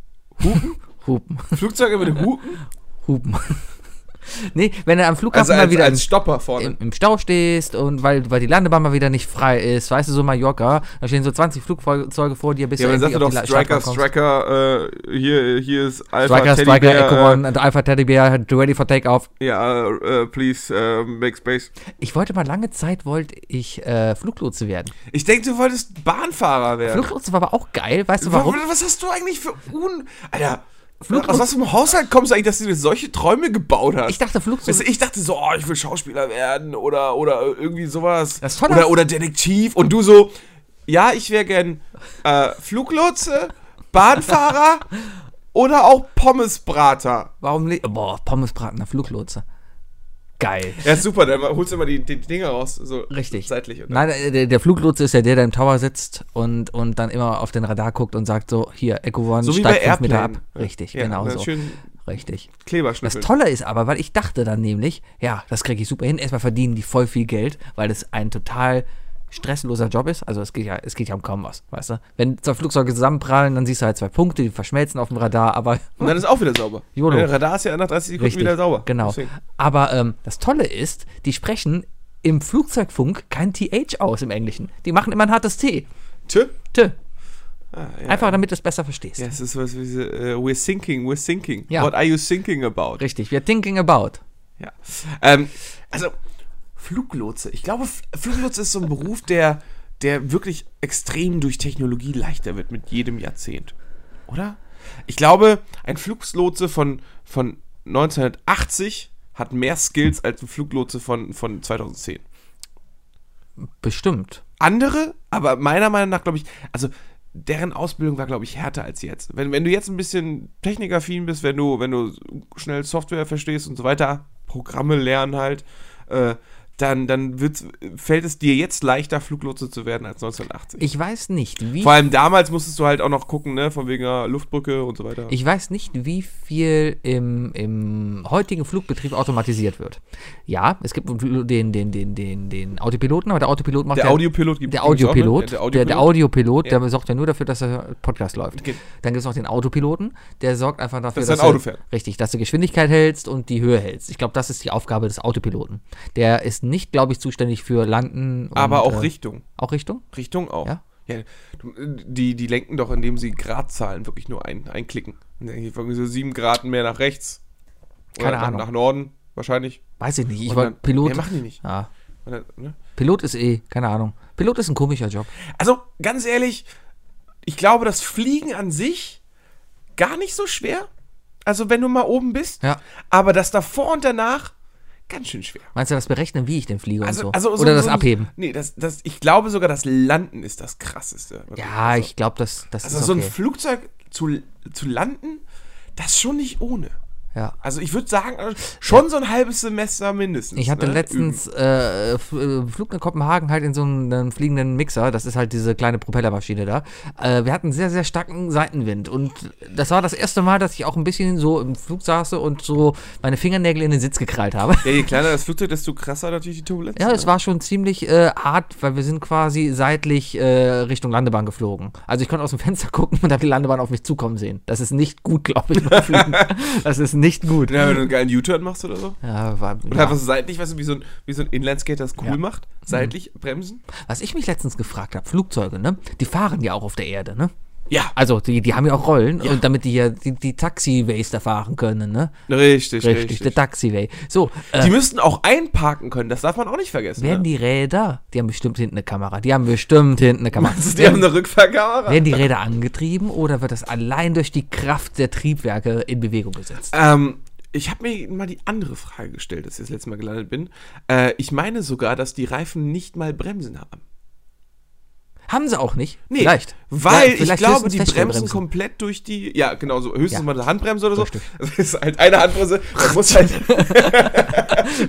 *laughs* Hupen? Hupen. Flugzeuge mit Hupen? Hupen. *laughs* nee, wenn er am Flughafen Also mal als, wieder als Stopper vorne. im, im Stau stehst und weil, weil die Landebahn mal wieder nicht frei ist, weißt du, so Mallorca, da stehen so 20 Flugzeuge vor dir, bis Ja, aber dann irgendwie sagst du doch auf die Striker, La- Startbahn kommst. Striker, äh, hier, hier ist Alpha äh, Striker, Striker, Teddybär, Echo One, and Alpha Teddybear, ready for takeoff. Äh, ja, äh, please, äh, make space. Ich wollte mal lange Zeit, wollte ich äh, Fluglotse werden. Ich denke, du wolltest Bahnfahrer werden. Fluglotse war aber auch geil, weißt du Also warum? Was hast du eigentlich für un... Alter, Flug- aus was für einem Haushalt kommst du eigentlich, dass du dir solche Träume gebaut hast? Ich dachte, Weißt du, Flugzeuge. ich dachte so, oh, ich will Schauspieler werden oder, oder irgendwie sowas. Das ist toll, dass- oder, oder Detektiv. Und du so, ja, ich wäre gern äh, Fluglotse, *laughs* Bahnfahrer oder auch Pommesbrater. Warum nicht? Boah, Pommesbratener Fluglotse. Geil. Ja, ist super, dann holst du immer die, die Dinger raus. So Richtig. Seitlich. Und Nein, äh, der, der Fluglotse ist ja der, der im Tower sitzt und, und dann immer auf den Radar guckt und sagt so, hier, Echo One, so wie bei steig fünf Airplane. Meter ab. Richtig, ja, genau dann so. Schön Richtig. Das Kleberschnippel. Tolle ist aber, weil ich dachte dann nämlich, ja, das kriege ich super hin. Erstmal verdienen die voll viel Geld, weil das ein total stressloser Job ist. Also es geht ja, es geht ja um kaum was, weißt du? Wenn zwei Flugzeuge zusammenprallen, dann siehst du halt zwei Punkte, die verschmelzen auf dem Radar, aber *laughs* Und dann ist auch wieder sauber. YOLO. Der Radar ist ja nach 30 Sekunden *laughs* richtig. wieder sauber. Genau. Deswegen. Aber ähm, das Tolle ist, die sprechen im Flugzeugfunk kein TH aus im Englischen. Die machen immer ein hartes T. Tschö. T. Ah, ja. Einfach damit du es besser verstehst. Ja, es ist sowas wie diese, äh, we're thinking, we're thinking. Ja. What are you thinking about? Richtig, wir thinking about. Ja. Ähm, also, Fluglotse. Ich glaube, F- Fluglotse ist so ein Beruf, der, der wirklich extrem durch Technologie leichter wird mit jedem Jahrzehnt. Oder? Ich glaube, ein Fluglotse von, von 1980 hat mehr Skills als ein Fluglotse von, von 2010. Bestimmt. Andere, aber meiner Meinung nach, glaube ich, also deren Ausbildung war, glaube ich, härter als jetzt. Wenn, wenn du jetzt ein bisschen technikaffin bist, wenn du, wenn du schnell Software verstehst und so weiter, Programme lernen halt, äh, dann, dann wird's, fällt es dir jetzt leichter, Fluglotse zu werden als 1980. Ich weiß nicht, wie Vor allem damals musstest du halt auch noch gucken, ne, von wegen ja, Luftbrücke und so weiter. Ich weiß nicht, wie viel im, im heutigen Flugbetrieb automatisiert wird. Ja, es gibt den, den, den, den, den Autopiloten, aber der Autopilot macht der ja- Audiopilot gibt Der gibt's auch, ne? Audiopilot, Ja, Der der, Audiopilot. der Audiopilot, der sorgt ja nur dafür, dass der Podcast läuft. Ge- Dann gibt es noch den Autopiloten, der sorgt einfach dafür, Dass dein Auto du, fährt. richtig, dass du Geschwindigkeit hältst und die Höhe hältst. Ich glaube, das ist die Aufgabe des Autopiloten. Der ist nicht, glaube ich, zuständig für Landen. und, aber auch äh, Richtung. auch Richtung. Richtung auch. Ja. Ja, du- die, die lenken doch, indem sie Gradzahlen wirklich nur ein, einklicken. Ne, Und dann Irgendwie so sieben Grad mehr nach rechts. Keine nach- Ahnung. Nach Norden, wahrscheinlich. Weiß ich nicht. Ich Und war dann- Pilot. Nee, machen die nicht. ja, Und dann, ne? Pilot ist eh, keine Ahnung. Pilot ist ein komischer Job. Also, ganz ehrlich, ich glaube, das Fliegen an sich gar nicht so schwer. Also, wenn du mal oben bist. Ja. Aber das davor und danach ganz schön schwer. Meinst du das Berechnen, wie ich denn fliege Also, und so? also so- Oder das so- Abheben? Nee, das, das, ich glaube sogar, das Landen ist das Krasseste. Ja, ich glaube, das, das Also, ist so okay. ein Flugzeug zu, zu landen, das ist schon nicht ohne. ja. Also, ich würde sagen, also schon so ein halbes Semester mindestens. Ich habe dann ne? letztens äh, F- äh, Flug nach Kopenhagen halt in so einem, einem fliegenden Mixer, das ist halt diese kleine Propellermaschine da. Äh, wir hatten sehr, sehr starken Seitenwind und das war das erste Mal, dass ich auch ein bisschen so im Flug saß und so meine Fingernägel in den Sitz gekrallt habe. Ja, je kleiner das Flugzeug, desto krasser natürlich die Turbulenz. ne? Ja, es war schon ziemlich äh, hart, weil wir sind quasi seitlich äh, Richtung Landebahn geflogen. Also ich konnte aus dem Fenster *laughs* gucken und habe die Landebahn auf mich zukommen sehen. Das ist nicht gut, glaube ich, *laughs* beim Fliegen. Das ist nicht gut. Ja, wenn du einen geilen U-Turn machst oder so. Mhm. Ja, Mhm. war, Oder einfach so seitlich, weißt du, wie so ein, wie so ein Inlineskater das cool macht. Seitlich bremsen. Was ich mich letztens gefragt habe, Flugzeuge, ne? Die fahren ja auch auf der Erde, ne? Ja. Also, die, die haben ja auch Rollen, und damit die ja die, die Taxiways da fahren können, ne? Richtig, Richtig, richtig. der Taxiway. So, äh, Die müssten auch einparken können, das darf man auch nicht vergessen. werden ne? die Räder, die haben bestimmt hinten eine Kamera, die haben bestimmt hinten eine Kamera. die, haben eine Rückfahrkamera? werden die Räder angetrieben oder wird das allein durch die Kraft der Triebwerke in Bewegung gesetzt? Ähm, ich habe mir mal die andere Frage gestellt, als ich das letzte Mal gelandet bin. Äh, ich meine sogar, dass die Reifen nicht mal Bremsen haben. Haben sie auch nicht? Vielleicht. Weil Ja, vielleicht ich glaube, höchstens die bremsen Feststellbremsen. komplett durch die. Ja, genau so. Höchstens Ja. mal eine Handbremse oder so. Richtig. *laughs* Das ist halt eine Handbremse. Man muss halt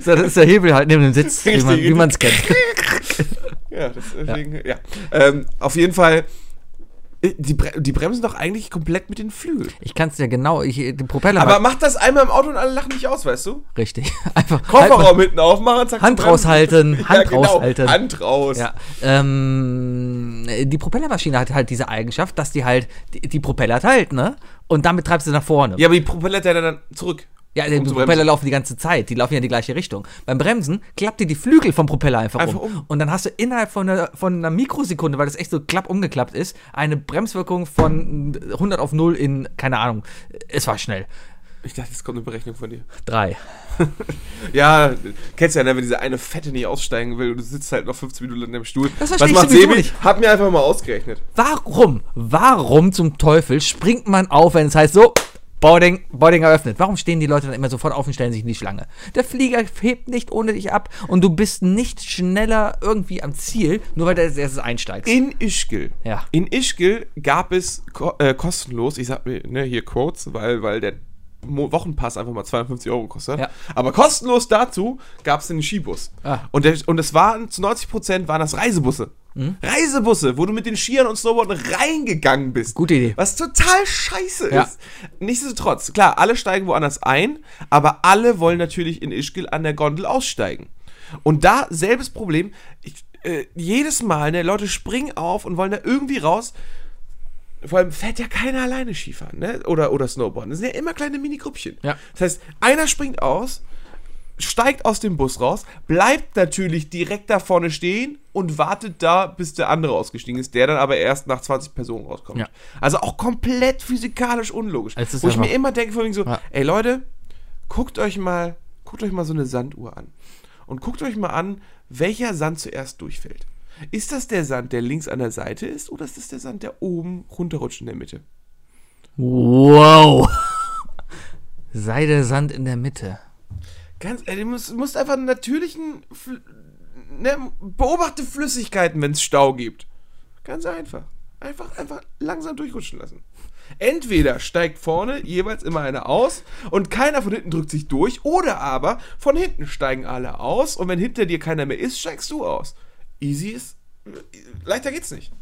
So, Das ist der Hebel halt neben *laughs* dem Sitz, Richtig. wie man es kennt. *laughs* Ja, das, deswegen, ja. Ähm, auf jeden Fall, äh, die, Bre die bremsen doch eigentlich komplett mit den Flügeln. *laughs* Ich kann es ja genau, ich, den Propeller Aber mach das einmal im Auto und alle lachen dich aus, weißt du? richtig. *laughs* Einfach halt mal- Kofferraum hinten aufmachen, zack. Hand bremsen. *laughs* raushalten, Hand genau, raushalten. Hand raus. Ja, ähm, die Propellermaschine hat halt diese Eigenschaft, dass die halt die, die Propeller teilt, ne? Und damit treibst du nach vorne. Ja, aber die Propeller der dann zurück. ja die um zu Propeller bremsen. laufen die ganze Zeit, die laufen ja in die gleiche Richtung. Beim Bremsen klappt dir die Flügel vom Propeller einfach, Einfach um. um. Und dann hast du innerhalb von einer, von einer Mikrosekunde, weil das echt so klapp umgeklappt ist, eine Bremswirkung von 100 auf 0 in, keine Ahnung, es war schnell. Ich dachte, jetzt kommt eine Berechnung von dir. Drei. Ja, kennst ja, ne, wenn dieser eine Fette nicht aussteigen will und du sitzt halt noch 15 Minuten in deinem Stuhl. Das verstehe ich sowieso nicht. Hab mir einfach mal ausgerechnet. Warum, warum zum Teufel springt man auf, wenn es heißt so, Boarding, Boarding eröffnet? Warum stehen die Leute dann immer sofort auf und stellen sich in die Schlange? Der Flieger hebt nicht ohne dich ab und du bist nicht schneller irgendwie am Ziel, nur weil du als erstes einsteigst. In Ischgl. Ja. In Ischgl gab es ko äh, kostenlos, ich sag mir ne, hier Quotes, weil, weil der Mo Wochenpass einfach mal 52 Euro kostet. Ja. Aber kostenlos dazu gab es den Skibus. Ah. Und, der, und es waren zu 90 Prozent waren das Reisebusse. Mhm. Reisebusse, wo du mit den Skiern und Snowboarden reingegangen bist. Gute Idee. Was total scheiße Ja. ist. Nichtsdestotrotz, klar, alle steigen woanders ein, aber alle wollen natürlich in Ischgl an der Gondel aussteigen. Und da selbes Problem. Ich, äh, jedes Mal, ne, Leute springen auf und wollen da irgendwie raus. Vor allem fährt ja keiner alleine Skifahren, ne? Oder, oder Snowboarden. Das sind ja immer kleine Minigruppchen. Ja. Das heißt, einer springt aus, steigt aus dem Bus raus, bleibt natürlich direkt da vorne stehen und wartet da, bis der andere ausgestiegen ist, der dann aber erst nach 20 Personen rauskommt. Ja. Also auch komplett physikalisch unlogisch. Es ist Wo ich mir einfach- immer denke, von wegen so, Ja. ey Leute, guckt euch mal, guckt euch mal so eine Sanduhr an. Und guckt euch mal an, welcher Sand zuerst durchfällt. Ist das der Sand, der links an der Seite ist, oder ist das der Sand, der oben runterrutscht in der Mitte? Wow. *laughs* Sei der Sand in der Mitte. Ganz ehrlich, du musst, musst einfach einen natürlichen. Fl ne, beobachte Flüssigkeiten, wenn es Stau gibt. Ganz einfach. Einfach, einfach langsam durchrutschen lassen. Entweder steigt vorne jeweils immer einer aus und keiner von hinten drückt sich durch, oder aber von hinten steigen alle aus und wenn hinter dir keiner mehr ist, steigst du aus. Easy ist. Leichter geht's nicht.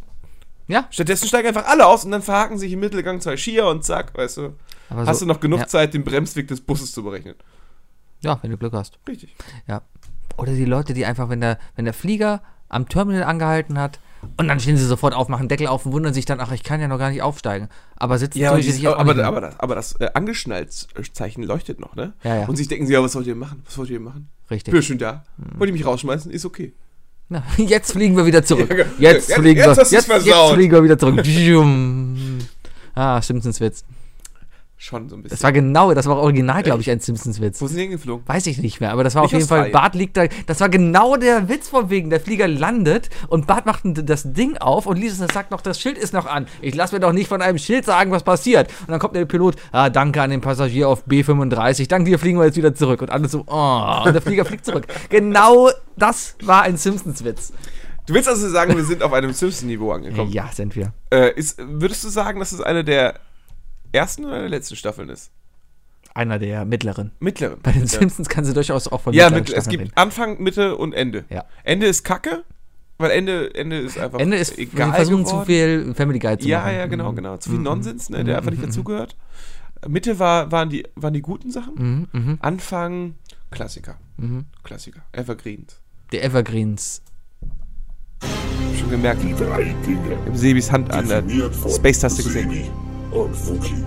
Ja. Stattdessen steigen einfach alle aus und dann verhaken sich im Mittelgang zwei Skier und zack, weißt du. Aber hast so- du noch genug ja. Zeit, den Bremsweg des Busses zu berechnen? Ja, wenn du Glück hast. Richtig. Ja. Oder die Leute, die einfach, wenn der, wenn der Flieger am Terminal angehalten hat und dann stehen sie sofort auf, machen Deckel auf und wundern sich dann, ach, ich kann ja noch gar nicht aufsteigen. Aber sitzen Ja, tue aber, ich dieses, jetzt auch aber, nicht mehr. aber das, aber das äh, Angeschnallt-Zeichen leuchtet noch, ne? Ja, ja. Und sich denken sie, ja, was wollt ihr machen? Was wollt ihr machen? Ich Richtig. Hm. bin schon da. Wollt ihr mich rausschmeißen? Ist okay. Na, *laughs* jetzt fliegen wir wieder zurück. *laughs* Ja, ge- Jetzt, jetzt- fliegen, jetzt wir, hast du's jetzt, jetzt versaut. fliegen wir *laughs* wieder zurück. Jum. ah, Simpsons-Witz. Schon so ein bisschen. Das war genau, das war original, glaube ich, ein Simpsons-Witz. Wo sind die hingeflogen? Weiß ich nicht mehr, aber das war Nicht auf jeden Fall. Australien. Bart liegt da. Das war genau der Witz von wegen. Der Flieger landet und Bart macht n- das Ding auf und Lisa sagt noch, das Schild ist noch an. Ich lasse mir doch nicht von einem Schild sagen, was passiert. Und dann kommt der Pilot, ah, danke an den Passagier auf B35. Danke dir, fliegen wir jetzt wieder zurück. Und alle so, oh, und der Flieger *laughs* fliegt zurück. Genau das war ein Simpsons-Witz. Du willst also sagen, wir sind auf einem Simpson-Niveau angekommen. Ja, sind wir. Äh, ist, würdest du sagen, dass es eine der ersten oder der letzten Staffeln ist? Einer der mittleren. Mittleren. Bei den Simpsons kann sie durchaus auch von Ja, mittleren mit, es Staffeln gibt reden. Anfang, Mitte und Ende. Ja. Ende ist Kacke, weil Ende, Ende ist einfach Ende ist, wir egal versuchen geworden. zu viel Family Guide zu Ja, machen. Mhm. ja, genau, genau. Zu viel Nonsens, ne, der einfach nicht dazugehört. Mitte war, waren, die, waren die guten Sachen. Mhm, Anfang Klassiker. Klassiker. Evergreens. Die Evergreens. Schon gemerkt. Die drei Dinge. Im Sebis Hand an der Definiert von Space-Taste gesehen. Sebi und Wookie.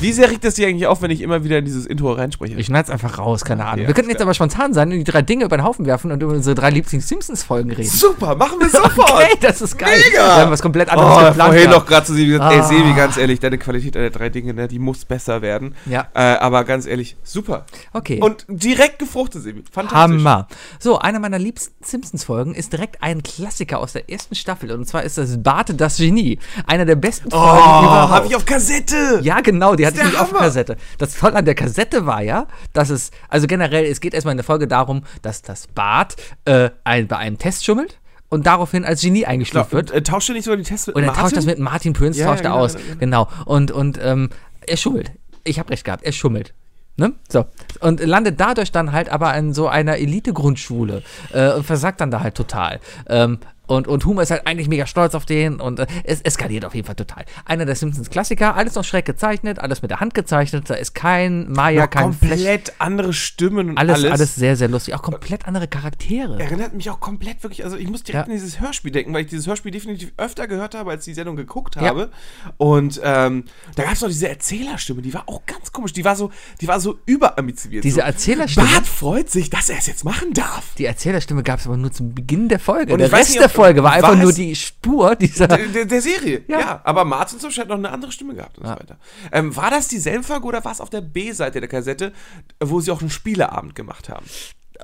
Wie sehr regt es dich eigentlich auf, wenn ich immer wieder in dieses Intro reinspreche? Ich schneid's einfach raus, keine Ahnung. ja, wir könnten jetzt klar. aber spontan sein und die drei Dinge über den Haufen werfen und über unsere drei Lieblings-Simpsons-Folgen reden. Super, *laughs* machen wir sofort! Hey, das ist geil. Mega! Wir haben was komplett anderes Oh, geplant. vorhin noch gehabt. gerade zu Sebi gesagt, ey Ah. Sebi, ganz ehrlich, deine Qualität der drei Dinge, ne, die muss besser werden. Ja. Äh, aber ganz ehrlich, super. Okay. Und direkt gefruchtet, Sebi. Fantastisch. Hammer. So, einer meiner liebsten Simpsons-Folgen ist direkt ein Klassiker aus der ersten Staffel. Und zwar ist das Barte das Genie. Einer der besten Oh, Folgen überhaupt. hab ich auf Kassette! Ja, genau, die hatte ich der nämlich auf Hammer. Kassette. Das Tolle an der Kassette war ja, dass es, also generell, es geht erstmal in der Folge darum, dass das Bad äh, ein, bei einem Test schummelt und daraufhin als Genie eingestuft wird. Äh, tauscht ihr nicht sogar die Tests mit Und er tauscht Martin? das mit Martin Pöns, Ja, tauscht er genau, aus. Genau. Und, und ähm, er schummelt. Ich habe recht gehabt, er schummelt. Ne? So. Und landet dadurch dann halt aber in so einer Elite-Grundschule äh, und versagt dann da halt total. Ähm, und, und Homer ist halt eigentlich mega stolz auf den und äh, es eskaliert auf jeden Fall total. Einer der Simpsons-Klassiker, alles noch schräg gezeichnet, alles mit der Hand gezeichnet, da ist kein Maya, Noch kein Flash. komplett andere Stimmen und Alles, alles. alles, sehr, sehr lustig. Auch komplett andere Charaktere. Erinnert mich auch komplett wirklich, also ich muss direkt Ja. an dieses Hörspiel denken, weil ich dieses Hörspiel definitiv öfter gehört habe, als die Sendung geguckt Ja. habe. Und ähm, da gab es noch diese Erzählerstimme, die war auch ganz komisch, die war so, die war so überambitioniert. Diese so. Erzählerstimme- Bart freut sich, dass er es jetzt machen *laughs* darf. Die Erzählerstimme gab es aber nur zum Beginn der Folge. Und der ich weiß Rest nicht, der ob- Folge war einfach war nur es- die Spur dieser. Der, der, der Serie, Ja. ja. Aber Martin zum Beispiel hat noch eine andere Stimme gehabt und so weiter. Ähm, war das dieselbe Folge oder war es auf der B-Seite der Kassette, wo sie auch einen Spieleabend gemacht haben?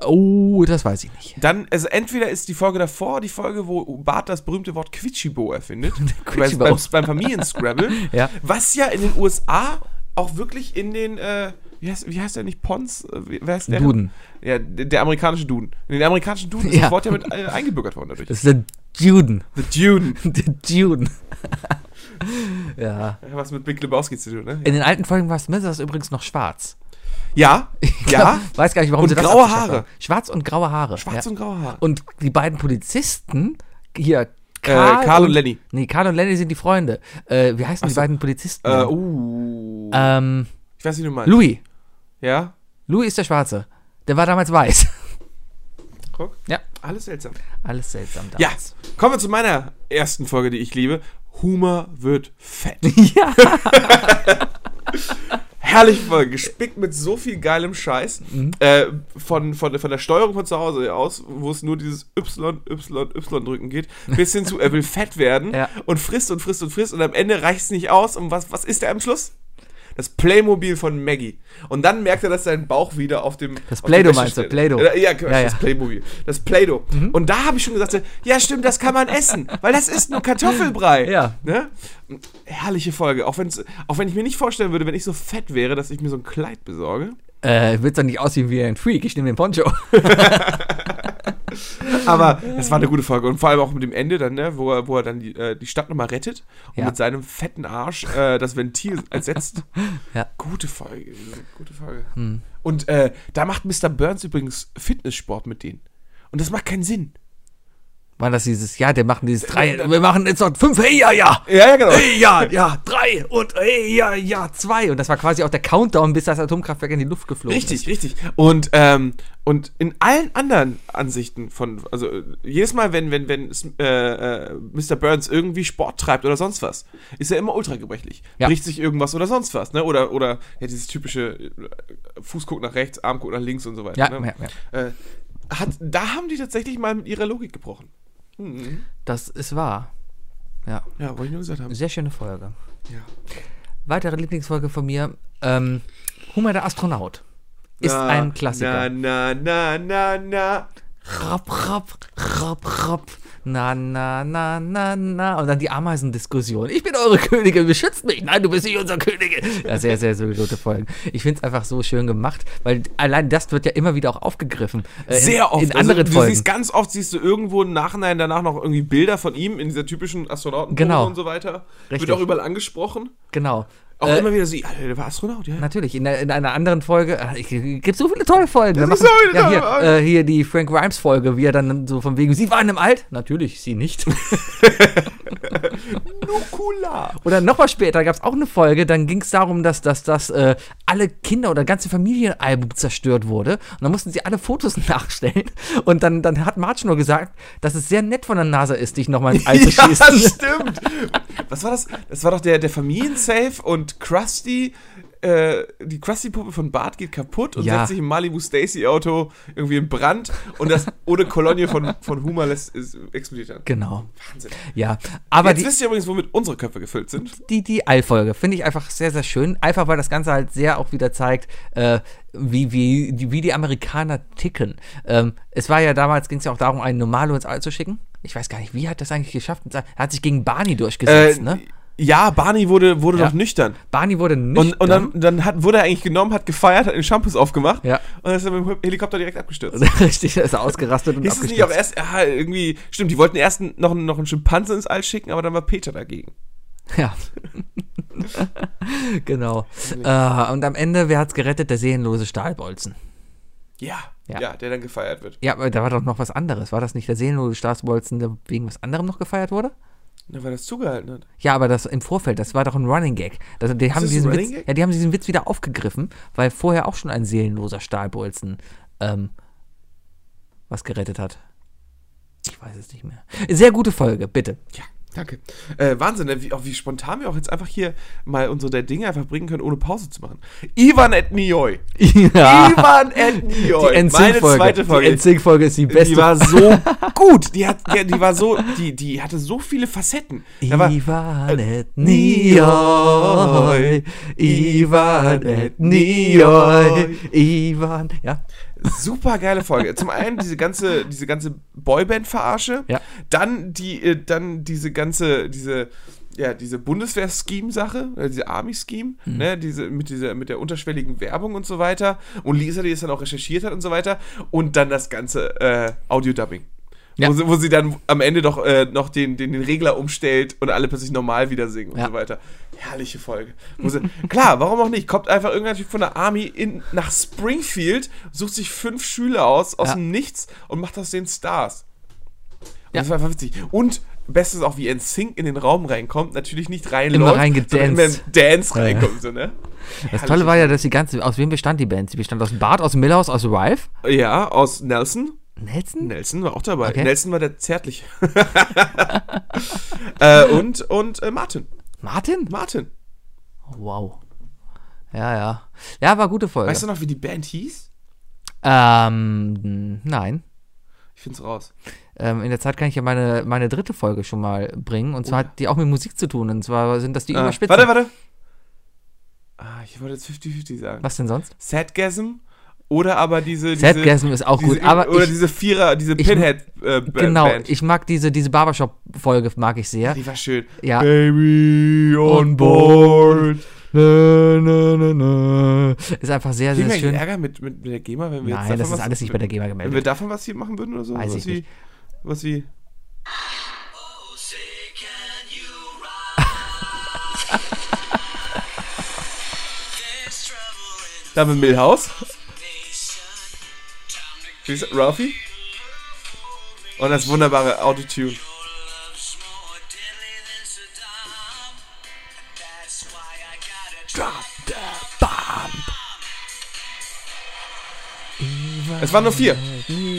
Oh, das weiß ich nicht. Dann, also entweder ist die Folge davor die Folge, wo Bart das berühmte Wort Quitschibo erfindet. *laughs* Quitschibo. Beim, beim Familienscrabble. *laughs* Ja. Was ja in den USA auch wirklich in den, äh, wie, heißt, wie heißt der nicht, Pons? Äh, Wie, wer heißt der? Duden. Ja, der, der amerikanische Duden. In den amerikanischen Duden ist Ja. das Wort ja mit äh, eingebürgert worden dadurch. Das ist der Duden. The Dune. *laughs* Der Duden. *laughs* ja. Hat *laughs* Was mit Big Lebowski zu tun, ne? In den alten Folgen war Smithers übrigens noch schwarz. *laughs* Ja, ja. Weiß gar nicht, warum Und sie das graue abgeschafft Haare. haben. Schwarz und graue Haare. Schwarz und graue Haare. Und die beiden Polizisten hier. Äh, Karl und Lenny. Nee, Karl und Lenny sind die Freunde. Äh, wie heißen die beiden Polizisten? Äh, uh, ähm, ich weiß nicht, wie du meinst. Louis. Ja, Louis ist der Schwarze. Der war damals weiß. guck. Ja. Alles seltsam. *laughs* Alles seltsam Ja, damals. kommen wir zu meiner ersten Folge, die ich liebe. Humor wird fett. *laughs* Ja. *laughs* Herrliche Folge, gespickt mit so viel geilem Scheiß. Mhm. Äh, von, von, von der Steuerung von zu Hause aus, wo es nur dieses Y, Y, Y drücken geht, bis hin zu, er will fett werden Ja. und frisst und frisst und frisst und am Ende reicht es nicht aus. Und was, was ist er am Schluss? Das Playmobil von Maggie. Und dann merkt er, dass sein Bauch wieder auf dem. Das auf dem Play-Doh meinst du, Wäscheständer- Play-Doh. Äh, Ja, Ja, das ja. Playmobil. Das Play-Doh. Und da habe ich schon gesagt, ja, stimmt, das kann man essen, weil das ist nur Kartoffelbrei. Ja. Ne? Herrliche Folge. Auch, wenn's, auch wenn ich mir nicht vorstellen würde, wenn ich so fett wäre, dass ich mir so ein Kleid besorge. Äh, willst doch nicht aussehen wie ein Freak, ich nehme den Poncho. Aber das war eine gute Folge. Und vor allem auch mit dem Ende dann, ne, wo, er, wo er dann die, äh, die Stadt nochmal rettet und Ja. mit seinem fetten Arsch äh, das Ventil ersetzt. Ja. Gute Folge. gewesen, Gute Folge. Und äh, da macht Mr. Burns übrigens Fitnesssport mit denen. Und das macht keinen Sinn. War das dieses, ja, der machen dieses drei, wir machen jetzt noch fünf, hey, ja, ja. Ja, ja, genau. *laughs* Hey, ja, ja, drei und hey, ja, ja, zwei. Und das war quasi auch der Countdown, bis das Atomkraftwerk in die Luft geflogen ist. Richtig, richtig. Und, ähm, und in allen anderen Ansichten von, also äh, jedes Mal, wenn, wenn, wenn äh, äh, Mr. Burns irgendwie Sport treibt oder sonst was, ist er immer ultra gebrechlich. Ja. Bricht sich irgendwas oder sonst was, ne? Oder, oder ja, dieses typische äh, Fuß guckt nach rechts, Arm guckt nach links und so weiter. Ja, ne? ja, Äh, hat, da haben die tatsächlich mal mit ihrer Logik gebrochen. Das ist wahr. Ja, Ja, wollte ich nur gesagt haben. sehr schöne Folge. Ja. Weitere Lieblingsfolge von mir, ähm, Hummer der Astronaut. Ist ein Klassiker. Na, na, na, na, na. Rapp, rapp, rapp, rapp. Na, na, na, na, na. Und dann die Ameisendiskussion. Ich bin eure Königin, beschützt mich. Nein, du bist nicht unser Königin. Ja, sehr, sehr, sehr gute Folgen. Ich finde es einfach so schön gemacht, weil allein das wird ja immer wieder auch aufgegriffen. äh, in- Sehr oft. In anderen also, du Folgen. siehst ganz oft, siehst du irgendwo im Nachhinein danach noch irgendwie Bilder von ihm in dieser typischen Astronautenpose Genau. und so weiter. Richtig. Wird auch überall angesprochen. Genau. Auch Äh, immer wieder so, ja, der war Astronaut, ja. Natürlich, in, der- in einer anderen Folge, ah, ich, gibt so viele tolle Folgen. Wir ist machen- so eine ja, tolle hier, Folge. äh, hier die Frank Grimes Folge, wie er dann so von wegen, sie waren im Alt? Natürlich, sie nicht. *laughs* Nukular. Oder nochmal später gab es auch eine Folge, dann ging es darum, dass, dass, dass äh, alle Kinder oder ganze Familienalbum zerstört wurde. Und dann mussten sie alle Fotos *laughs* nachstellen. Und dann, dann hat March nur gesagt, dass es sehr nett von der NASA ist, dich nochmal ins All *laughs* zu Ja, schießen. stimmt. Was war das? Das war doch der, der Familiensafe und Krusty. äh, Die Krusty-Puppe von Bart geht kaputt und Ja. setzt sich im Malibu Stacy-Auto irgendwie in Brand und das ohne Kolonie von, von Humor lässt, ist, explodiert dann. Genau. Wahnsinn. Ja. Aber Jetzt die, wisst ihr übrigens, womit unsere Köpfe gefüllt sind. die, die Eilfolge. Finde ich einfach sehr, sehr schön. Einfach, weil das Ganze halt sehr auch wieder zeigt, äh, wie, wie, die, wie die Amerikaner ticken. Ähm, es war ja damals, ging es ja auch darum, einen Normalo ins All zu schicken. Ich weiß gar nicht, wie hat das eigentlich geschafft? Er hat sich gegen Barney durchgesetzt, Äh, ne? Ja, Barney wurde, wurde Ja. doch nüchtern. Barney wurde nicht. Und, und dann, dann hat, wurde er eigentlich genommen, hat gefeiert, hat den Shampoos aufgemacht Ja. und dann ist er mit dem Helikopter direkt abgestürzt. Richtig, er *laughs* ist ausgerastet und Hieß es nicht auch abgestürzt. erst, ah, irgendwie, stimmt, die wollten erst noch, einen- noch einen Schimpansen ins All schicken, aber dann war Peter dagegen. Ja. *laughs* genau. Äh, und am Ende, wer hat's gerettet? Der seelenlose Stahlbolzen. Ja, Ja. ja, der dann gefeiert wird. Ja, aber da war doch noch was anderes. War das nicht der seelenlose Stahlbolzen, der wegen was anderem noch gefeiert wurde? Na, weil er das zugehalten hat. Ja, aber das im Vorfeld, das war doch ein Running Gag. Das, die, haben das ein diesen Running Witz, Gag? ja, die haben diesen Witz wieder aufgegriffen, weil vorher auch schon ein seelenloser Stahlbolzen ähm, was gerettet hat. Ich weiß es nicht mehr. Sehr gute Folge, bitte. *laughs* Ja, danke. Äh, Wahnsinn, ne, wie, auch, wie spontan wir auch jetzt einfach hier mal unsere der Dinge einfach bringen können, ohne Pause zu machen. Ivan et Nioi. Ja. Ivan et Nioi. Ah. *laughs* Meine Die NSYNC-Folge. zweite Folge. Die NSYNC-Folge ist die beste. Die war *laughs* so gut. Die, hat, die, die war so, die, die hatte so viele Facetten. Da war, Ivan et Nioi, Ivan et Nioi, Ivan. Ja, super geile Folge. Zum einen diese ganze, diese ganze Boyband-Verarsche. Ja. Dann die, äh, dann diese ganze, diese, ja, diese Bundeswehr-Scheme-Sache, äh, diese Army-Scheme, Mhm. ne, diese, mit dieser, mit der unterschwelligen Werbung und so weiter. Und Lisa, die es dann auch recherchiert hat und so weiter. Und dann das ganze äh, Audio-Dubbing. Ja. Wo, sie, wo sie dann am Ende doch äh, noch den, den, den Regler umstellt und alle plötzlich normal wieder singen und Ja. so weiter. Herrliche Folge. Wo sie, *laughs* klar, warum auch nicht? Kommt einfach irgendein Typ von der Army in, nach Springfield, sucht sich fünf Schüler aus, aus Ja. dem Nichts und macht das den Stars. Und Ja. Das war einfach witzig. Und bestes auch, wie NSYNC in den Raum reinkommt, natürlich nicht reinläuft, Immer reingedanced. sondern immer im Dance reinkommt. So, ne? das Tolle war ja, dass die ganze, aus wem bestand die Band? Sie bestand aus Bart, aus Millhouse, aus Ralph. Ja, aus Nelson. Nelson? Nelson war auch dabei. Okay. Nelson war der zärtliche. *laughs* äh, und und äh, Martin. Martin? Oh, Martin. Wow. Ja, ja. Ja, war gute Folge. Weißt du noch, wie die Band hieß? ähm, nein. Ich find's raus. Ähm, in der Zeit kann ich ja meine, meine dritte Folge schon mal bringen. Und zwar hat die auch mit Musik zu tun. Und zwar sind das die Ah, Überspitzen. warte, warte. Ah, ich wollte jetzt 50-50 sagen. Was denn sonst? Sadgasm oder aber diese. Sadgasm diese, ist auch diese, gut, aber Oder ich- diese Vierer, diese ich- Pinhead-Band. Äh, Ba- Genau, Band. ich mag diese, diese Äh, Barbershop-Folge, mag ich sehr. Die war schön. Ja. Baby On on board. Nö, nö, nö, nö. Ist einfach sehr, Kriegen sehr wir schön. eigentlich Ärger mit, mit, mit der GEMA, wenn wir jetzt Nein, davon das ist was- alles nicht bei der GEMA Wenn wir gemeldet. davon was hier machen würden oder so? Weiß was ich wie, nicht. Was wie. Damit Milhouse. Wie ist Ralphie. Und das wunderbare Autotune. Es waren nur vier.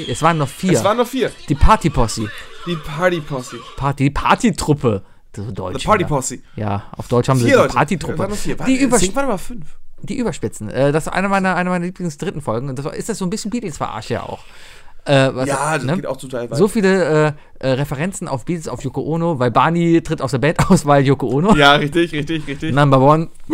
Es waren noch vier. Es waren nur vier. die Partyposse. Die Party Posse. Party, die Partytruppe. So deutsch. The Party ja. Posse. Ja, auf Deutsch haben sie Vier eine Leute. Es Partytruppe. waren nur vier. Warte, Die, es übers sind- waren aber fünf. die Überspitzen. Äh, das ist einer meiner, einer meiner Lieblingsdritten Folgen. Und das war, ist das so ein bisschen Beatles-Verarsche ja auch. Äh, was, Ja, das ne? geht auch total weit. So viele äh, äh, Referenzen auf Beatles, auf Yoko Ono, weil Barney tritt aus der Band *laughs* aus, weil Yoko Ono. ja, richtig, richtig, richtig. Number one, *laughs*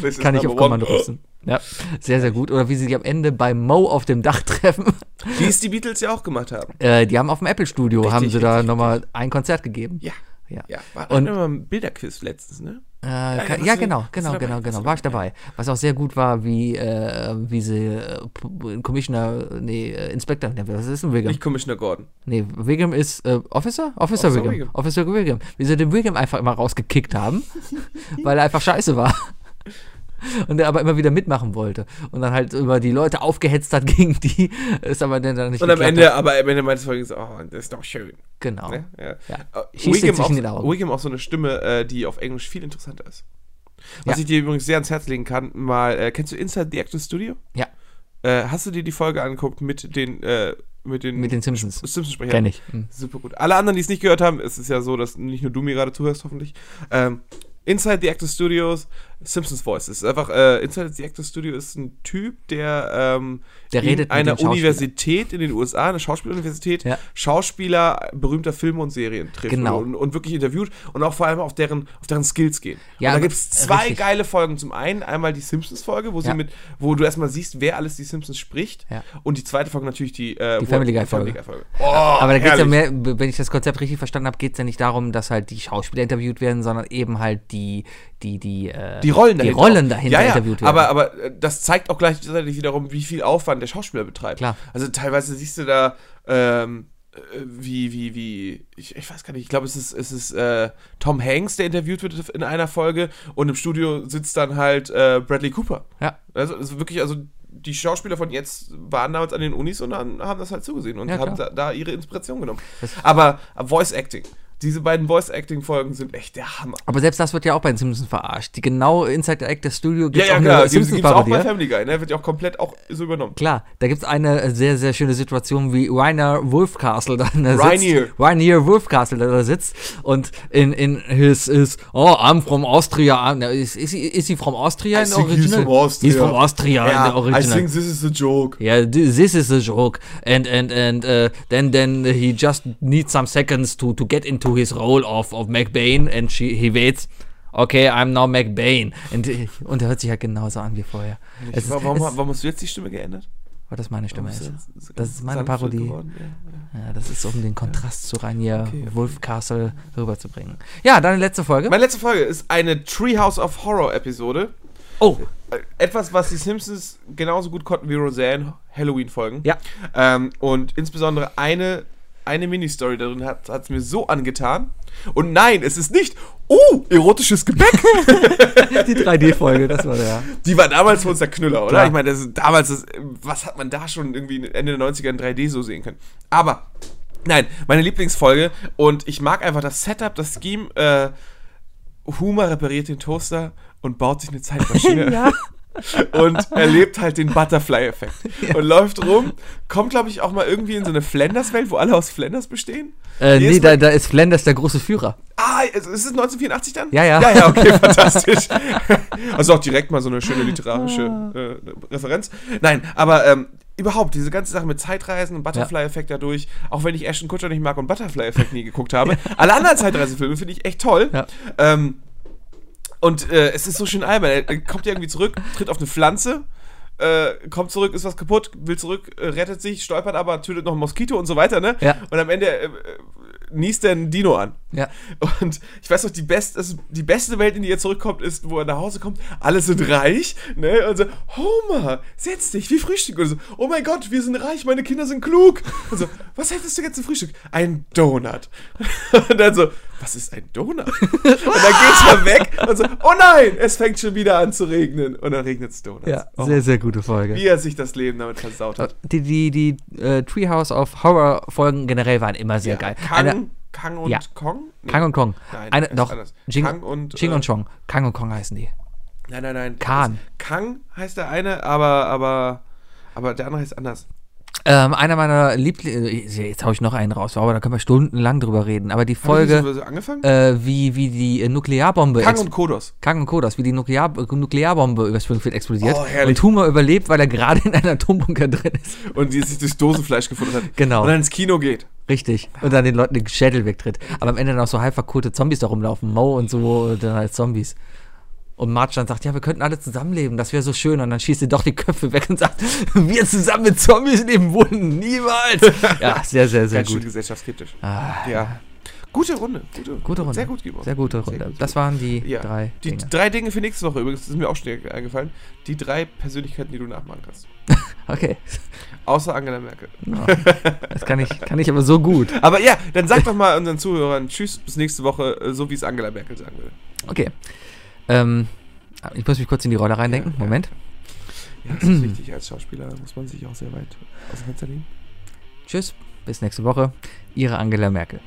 This is kann ich auf number one. Kommando rufen. Ja, sehr, sehr gut. Oder wie sie die am Ende bei Mo auf dem Dach *laughs* treffen. *gasps* Wie es die Beatles ja auch gemacht haben. Äh, die haben auf dem Apple Studio, haben sie da nochmal ein Konzert gegeben. Ja. Ja, Ja, war Und- und immer ein Bilderquiz letztens, ne? äh, ja, kann, warst ja du- genau, warst du genau, dabei? genau, Warst genau. du War ich dabei. Was auch sehr gut war, wie, äh, wie sie äh, P- Commissioner, nee, äh, Inspektor, nee, was ist denn Wiggum? Nicht Commissioner Gordon. Nee, Wiggum ist äh, Officer? Officer Wiggum. Wiggum. Officer Wiggum. Wie sie den Wiggum einfach immer *laughs* rausgekickt haben, weil er einfach scheiße war. Und er aber immer wieder mitmachen wollte. Und dann halt über die Leute aufgehetzt hat gegen die. Ist aber dann nicht Und am geklappt Ende, hat. aber am Ende meines Folgens, oh, das ist doch schön. Genau. Ne? Ja. Ja. Äh, Schießt Wiggum sich in den auch, Augen. Wiggum auch so eine Stimme, äh, die auf Englisch viel interessanter ist. Was Ja. ich dir übrigens sehr ans Herz legen kann, mal, äh, kennst du Inside the Actors Studio? Ja. Äh, hast du dir die Folge angeguckt mit den, äh, mit den, Mit den Simpsons. Simpsons-Sprechern? Kenn ich. Mhm. Super gut. Alle anderen, die es nicht gehört haben, es ist ja so, dass nicht nur du mir gerade zuhörst, hoffentlich. Ähm, Inside the Actors Studios, Simpsons Voice. Es ist einfach, äh, Inside the Actors Studio ist ein Typ, der, ähm, Der redet mit in einer dem Schauspieler. Universität in den USA, einer Schauspieluniversität, Ja. Schauspieler berühmter Filme und Serien trifft Genau. und, und wirklich interviewt und auch vor allem auf deren, auf deren Skills gehen. Ja, und da aber- gibt es zwei richtig. geile Folgen. Zum einen einmal die Simpsons-Folge, wo sie Ja. mit, wo du erstmal siehst, wer alles die Simpsons spricht. Ja. Und die zweite Folge natürlich die, äh, Die wo- Family Guy-Folge. Guy-Folge. Oh, Aber da geht es ja herrlich. mehr, b- wenn ich das Konzept richtig verstanden habe, geht es ja nicht darum, dass halt die Schauspieler interviewt werden, sondern eben halt die, die, die, äh, die Rollen dahinter, die Rollen auch. dahinter ja, ja, interviewt werden. Aber, aber äh, das zeigt auch gleichzeitig wiederum, wie viel Aufwand der Schauspieler betreibt. Klar. Also teilweise siehst du da, ähm, äh, wie, wie, wie, ich, ich weiß gar nicht, ich glaube, es ist, es ist äh, Tom Hanks, der interviewt wird in einer Folge und im Studio sitzt dann halt äh, Bradley Cooper. Ja. Also, es ist wirklich, also die Schauspieler von jetzt waren damals an den Unis und haben, haben das halt zugesehen und Ja, haben da, klar. da ihre Inspiration genommen. Das- Aber äh, Voice Acting. Diese beiden Voice-Acting-Folgen sind echt der Hammer. Aber selbst das wird ja auch bei den Simpsons verarscht. Die genau Inside the Act des Studio Ja, gibt ja, klar. eine Gibt es auch bei Simpsons-Parodie. Family Guy, ne? Wird ja auch komplett auch so übernommen. Klar, da gibt es eine äh, sehr, sehr schöne Situation, wie Rainer Wolfcastle da da Rainier. sitzt. Rainier Wolfcastle da da sitzt und in, in his is, oh, I'm from Austria. I'm, na, is, is, he- is he from Austria in the think he's original? from Austria. He's from Austria in the I original. think this is a joke. Yeah, th- this is a joke, and and and uh, then then he just needs some seconds to to get into his role of of McBain, and she he waits. Okay, I'm now McBain. Und, äh, *laughs* und er hört sich halt genauso an wie vorher. Es ist, warum, es, warum hast du jetzt die Stimme geändert? war das meine Stimme jetzt? so Das ist meine sanft Parodie. geworden, ja. Ja, das ist, um den Kontrast zu Rainier Wolfcastle rüberzubringen. Ja, deine letzte Folge. Meine letzte Folge ist eine Treehouse of Horror Episode. Oh, Äh, Etwas, was die Simpsons genauso gut konnten wie Roseanne, Halloween-Folgen. Ja. Ähm, und insbesondere eine, eine Mini-Story darin hat es mir so angetan. Und nein, es ist nicht, oh, erotisches Gebäck. die 3D-Folge, das war der. Die war damals für uns der Knüller, oder? Klar. Ich meine, das ist damals, das, was hat man da schon irgendwie Ende der 90er in 3D so sehen können? Aber, nein, meine Lieblingsfolge und ich mag einfach das Setup, das Scheme. Äh, Humor repariert den Toaster und baut sich eine *laughs* Zeitmaschine. Und erlebt halt den Butterfly-Effekt. Und läuft rum, kommt, glaube ich, auch mal irgendwie in so eine Flanders-Welt, wo alle aus Flanders bestehen. Äh, Jedes nee, da, da ist Flanders der große Führer. Ah, also ist es 1984 dann? Ja, ja. Ja, ja, *laughs* okay, fantastisch. Also auch direkt mal so eine schöne literarische äh, Referenz. Nein, aber ähm, überhaupt, diese ganze Sache mit Zeitreisen und Butterfly-Effekt dadurch, auch wenn ich Ashton Kutcher nicht mag und Butterfly-Effekt nie geguckt *laughs* habe, alle anderen Zeitreisefilme finde ich echt toll. Ja. Ähm, und äh, es ist so schön albern. Er er kommt irgendwie zurück, tritt auf eine Pflanze, äh, kommt zurück, ist was kaputt, will zurück, äh, rettet sich, stolpert aber, tötet noch ein Moskito und so weiter, ne? Ja. Und am Ende äh, niest er einen Dino an. Ja. Und ich weiß noch, die, best, also die beste Welt, in die er zurückkommt, ist, wo er nach Hause kommt, alle sind reich, ne? Und so, Homer, setz dich, wie Frühstück. Und so, oh mein Gott, wir sind reich, meine Kinder sind klug. Und so, was hättest du jetzt zum Frühstück? Ein Donut. *laughs* Und dann so, was ist ein Donut? Und dann geht's mal weg und so, oh nein, es fängt schon wieder an zu regnen. Und dann regnet's Donuts. Ja, oh, sehr, sehr gute Folge. wie er sich das Leben damit versaut hat. Äh, Die, die, die äh, Treehouse of Horror-Folgen generell waren immer sehr geil. Kang, Eine- Kang und Ja. Kong? Nee. Kang und Kong. Nein, Eine, heißt doch, anders. Jing, Kang und, Jing äh, und Chong. Kang und Kong heißen die. Nein, nein, nein. Also, Khan. Kang heißt der eine, aber, aber, aber der andere heißt anders. Ähm, einer meiner Lieblinge, jetzt hau ich noch einen raus, aber da können wir stundenlang drüber reden. Aber die Haben wir Folge, so angefangen? äh, wie, wie die äh, Nuklearbombe Kang ex- und Kodos. Kang und Kodas, wie die Nuklear äh, Nuklearbombe über Springfield explodiert Oh, herrlich. und Homer überlebt, weil er gerade in einem Atombunker drin ist. Und die sich durch Dosenfleisch gefunden hat. Genau. Und dann ins Kino geht. Richtig. Und dann den Leuten den Schädel wegtritt. Aber am Ende dann auch so halb verkohlte Zombies da rumlaufen. Mo und so, und dann als Zombies. Und Marge dann sagt, ja, wir könnten alle zusammenleben, das wäre so schön. Und dann schießt sie doch die Köpfe weg und sagt, *laughs* wir zusammen mit Zombies leben *laughs* würden niemals. Ja, sehr, sehr, sehr Ganz schön gut. Ah. gesellschaftskritisch. Ja. Gute Runde. Gute, Gute Runde. Sehr gut geworden. Sehr gute Runde. gut. das waren die ja. drei Die Dinge. drei Dinge für nächste Woche übrigens, das ist mir auch schnell eingefallen. Die drei Persönlichkeiten, die du nachmachen kannst. *laughs* Okay, Außer Angela Merkel. das kann ich, kann ich aber so gut. Aber ja, dann sag doch mal unseren Zuhörern Tschüss, bis nächste Woche, äh, so wie es Angela Merkel sagen würde. Okay. Ähm, ich muss mich kurz in die Rolle reindenken. Ja, ja. Moment. Ja, das *clears throat* ist wichtig. Als Schauspieler muss man sich auch sehr weit aus dem Fenster lehnen. Tschüss, bis nächste Woche. Ihre Angela Merkel.